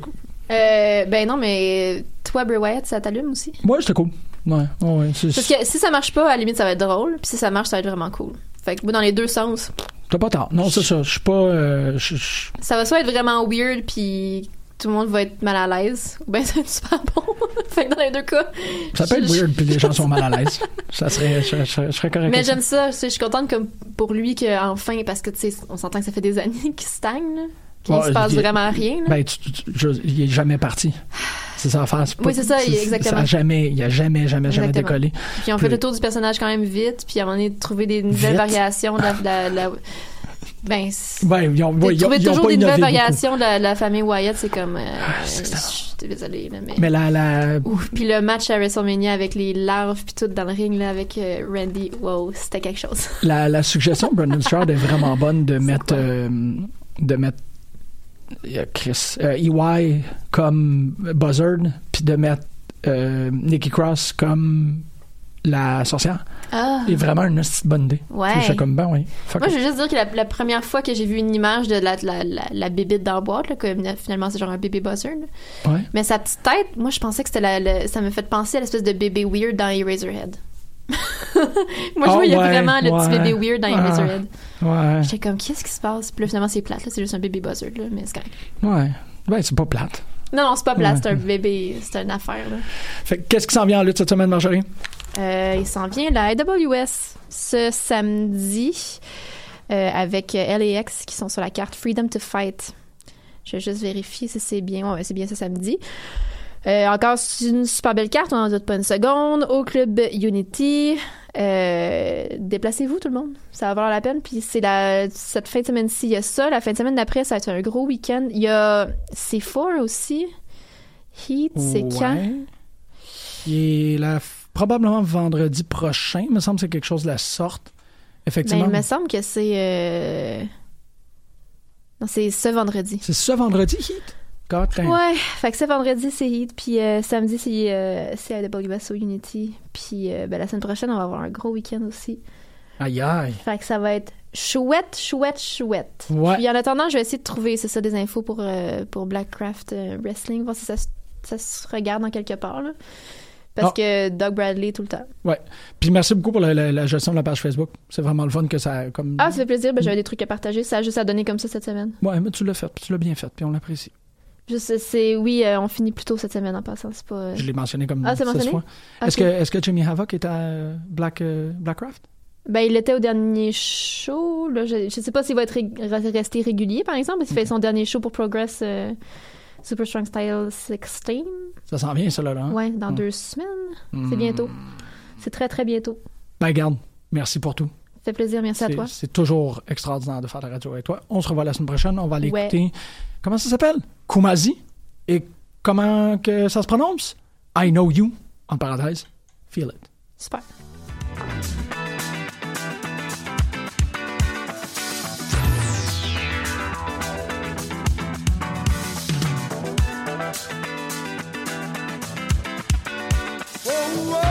Euh, ben non, mais toi, Bray Wyatt, ça t'allume aussi?
Ouais, c'était cool. Ouais, ouais, ouais, c'est-
Parce que si ça marche pas, à la limite, ça va être drôle. Puis si ça marche, ça va être vraiment cool. Fait que moi, dans les deux sens,
T'as pas tort. Non, c'est ça. Je suis pas. euh, je- je-
ça va soit être vraiment weird, puis tout le monde va être mal à l'aise, ou ben ça va être super bon. fait que dans les deux cas.
ça peut
je-
être
je-
weird, puis les gens sont mal à l'aise. Ça serait. Je, je- je serais correct.
Mais
avec ça.
j'aime ça, je sais, je suis contente comme pour lui qu'enfin, parce que tu sais, on s'entend que ça fait des années qu'il stagne, là, qu'il
Ouais,
se passe
il-
vraiment rien. là.
Ben, tu- tu- tu- je- il est jamais parti. C'est ça l'affaire.
Oui, c'est ça, il- exactement.
Ça a jamais, il a jamais, jamais, jamais
Exactement.
décollé.
Puis on fait
Puis-
le tour du personnage quand même vite, puis à un moment donné, trouver des nouvelles
Vite?
variations de la. de la- de la- ben, c'est-
Ouais, ils ont,
de
ouais, ils ont-
trouver
ils ont
toujours
pas
des
innové
nouvelles
beaucoup. Ah,
variations de la, de la famille Wyatt, c'est comme. euh,
c'est
je
extrêmement.
suis désolée, là, mais.
Mais la, la,
Ouf, puis le match à WrestleMania avec les larves puis tout dans le ring là avec euh, Randy, wow, c'était quelque chose.
La, la suggestion de Brendan Stroud est vraiment bonne de mettre
quoi?
euh, de mettre euh, Chris euh, EY comme Buzzard puis de mettre euh, Nikki Cross comme la sorcière.
Ah.
C'est vraiment une hostie de bonne idée.
Ouais.
Je suis comme ben oui. Fuck
Moi,
it.
je veux juste dire que la, la première fois que j'ai vu une image de la, la, la, la bébite dans la boîte, là, que finalement c'est genre un bébé buzzard, là.
Ouais.
mais sa petite tête, moi je pensais que c'était la, la- ça me fait penser à l'espèce de bébé weird dans Eraserhead. moi je
Ah,
vois, il y a
ouais,
vraiment le petit
ouais.
bébé weird dans
Ah.
Eraserhead.
Ouais.
J'étais comme, qu'est-ce qui se passe? Puis là, finalement c'est plate, là, c'est juste un bébé buzzard, là, mais c'est correct.
Ouais. Ben, c'est pas plate.
Non, non, c'est pas plate,
Ouais.
c'est un bébé, c'est une affaire. Là.
Fait que qu'est-ce qui s'en vient en lutte cette semaine, Marjorie?
Euh, il s'en vient la AWS ce samedi euh, avec euh, LAX qui sont sur la carte Freedom to Fight. Je vais juste vérifier si c'est bien. Ouais, ouais, c'est bien ce samedi. Euh, encore c'est une super belle carte, on n'en doute pas une seconde. Au club Unity, euh, déplacez-vous tout le monde, ça va valoir la peine. Puis c'est la cette fin de semaine-ci, il y a ça. La fin de semaine d'après, ça va être un gros week-end. Il y a C4 aussi. Heat, c'est quand?
Ouais. Il est la- probablement vendredi prochain. Il me semble que c'est quelque chose de la sorte.
Ben,
Effectivement.
il me semble que c'est. euh, Non, c'est ce vendredi.
c'est ce vendredi, Heat? God damn.
Ouais, fait que ce vendredi, c'est Heat, puis euh, samedi, c'est euh, c'est AWS au Unity. Puis euh, ben, la semaine prochaine, on va avoir un gros week-end aussi.
Aïe aïe.
Fait que ça va être chouette, chouette, chouette.
Ouais.
Puis en attendant, je vais essayer de trouver, c'est ça, des infos pour, euh, pour Blackcraft euh, Wrestling, voir si ça, se- ça se regarde en quelque part. là. Parce
Ah.
que Doug Bradley, tout le temps.
Ouais. Puis merci beaucoup pour la, la- la gestion de la page Facebook. C'est vraiment le fun que ça comme
Ah, ça fait plaisir, ben, j'avais des trucs à partager, ça a juste à donner comme ça cette semaine.
Ouais, mais tu l'as fait, puis tu l'as bien fait, puis on l'apprécie.
Juste, c'est oui, euh, on finit plus tôt cette semaine en passant. C'est pas.
Je l'ai mentionné comme
Ah, c'est
cette
mentionné?
fois.
Ok.
Est-ce que est-ce que Jimmy Havoc est à euh, Black euh, Blackcraft
Ben, il était au dernier show. Là, je, je sais pas s'il va être rég- re- resté régulier, par exemple, parce qu'il fait son dernier show pour Progress euh, Super Strong Style 16.
Ça s'en vient ça là. là, hein?
Ouais, dans
Hmm.
deux semaines.
Hmm.
C'est bientôt. C'est très, très bientôt.
Ben garde. Merci pour tout.
Ça fait plaisir, merci à
C'est-
toi.
C'est toujours extraordinaire de faire de la radio avec toi. On se revoit la semaine prochaine, on va aller
Ouais.
écouter comment ça s'appelle Kumasi et comment que ça se prononce I Know You, en parenthèse, Feel It.
Super.
Oh, oh,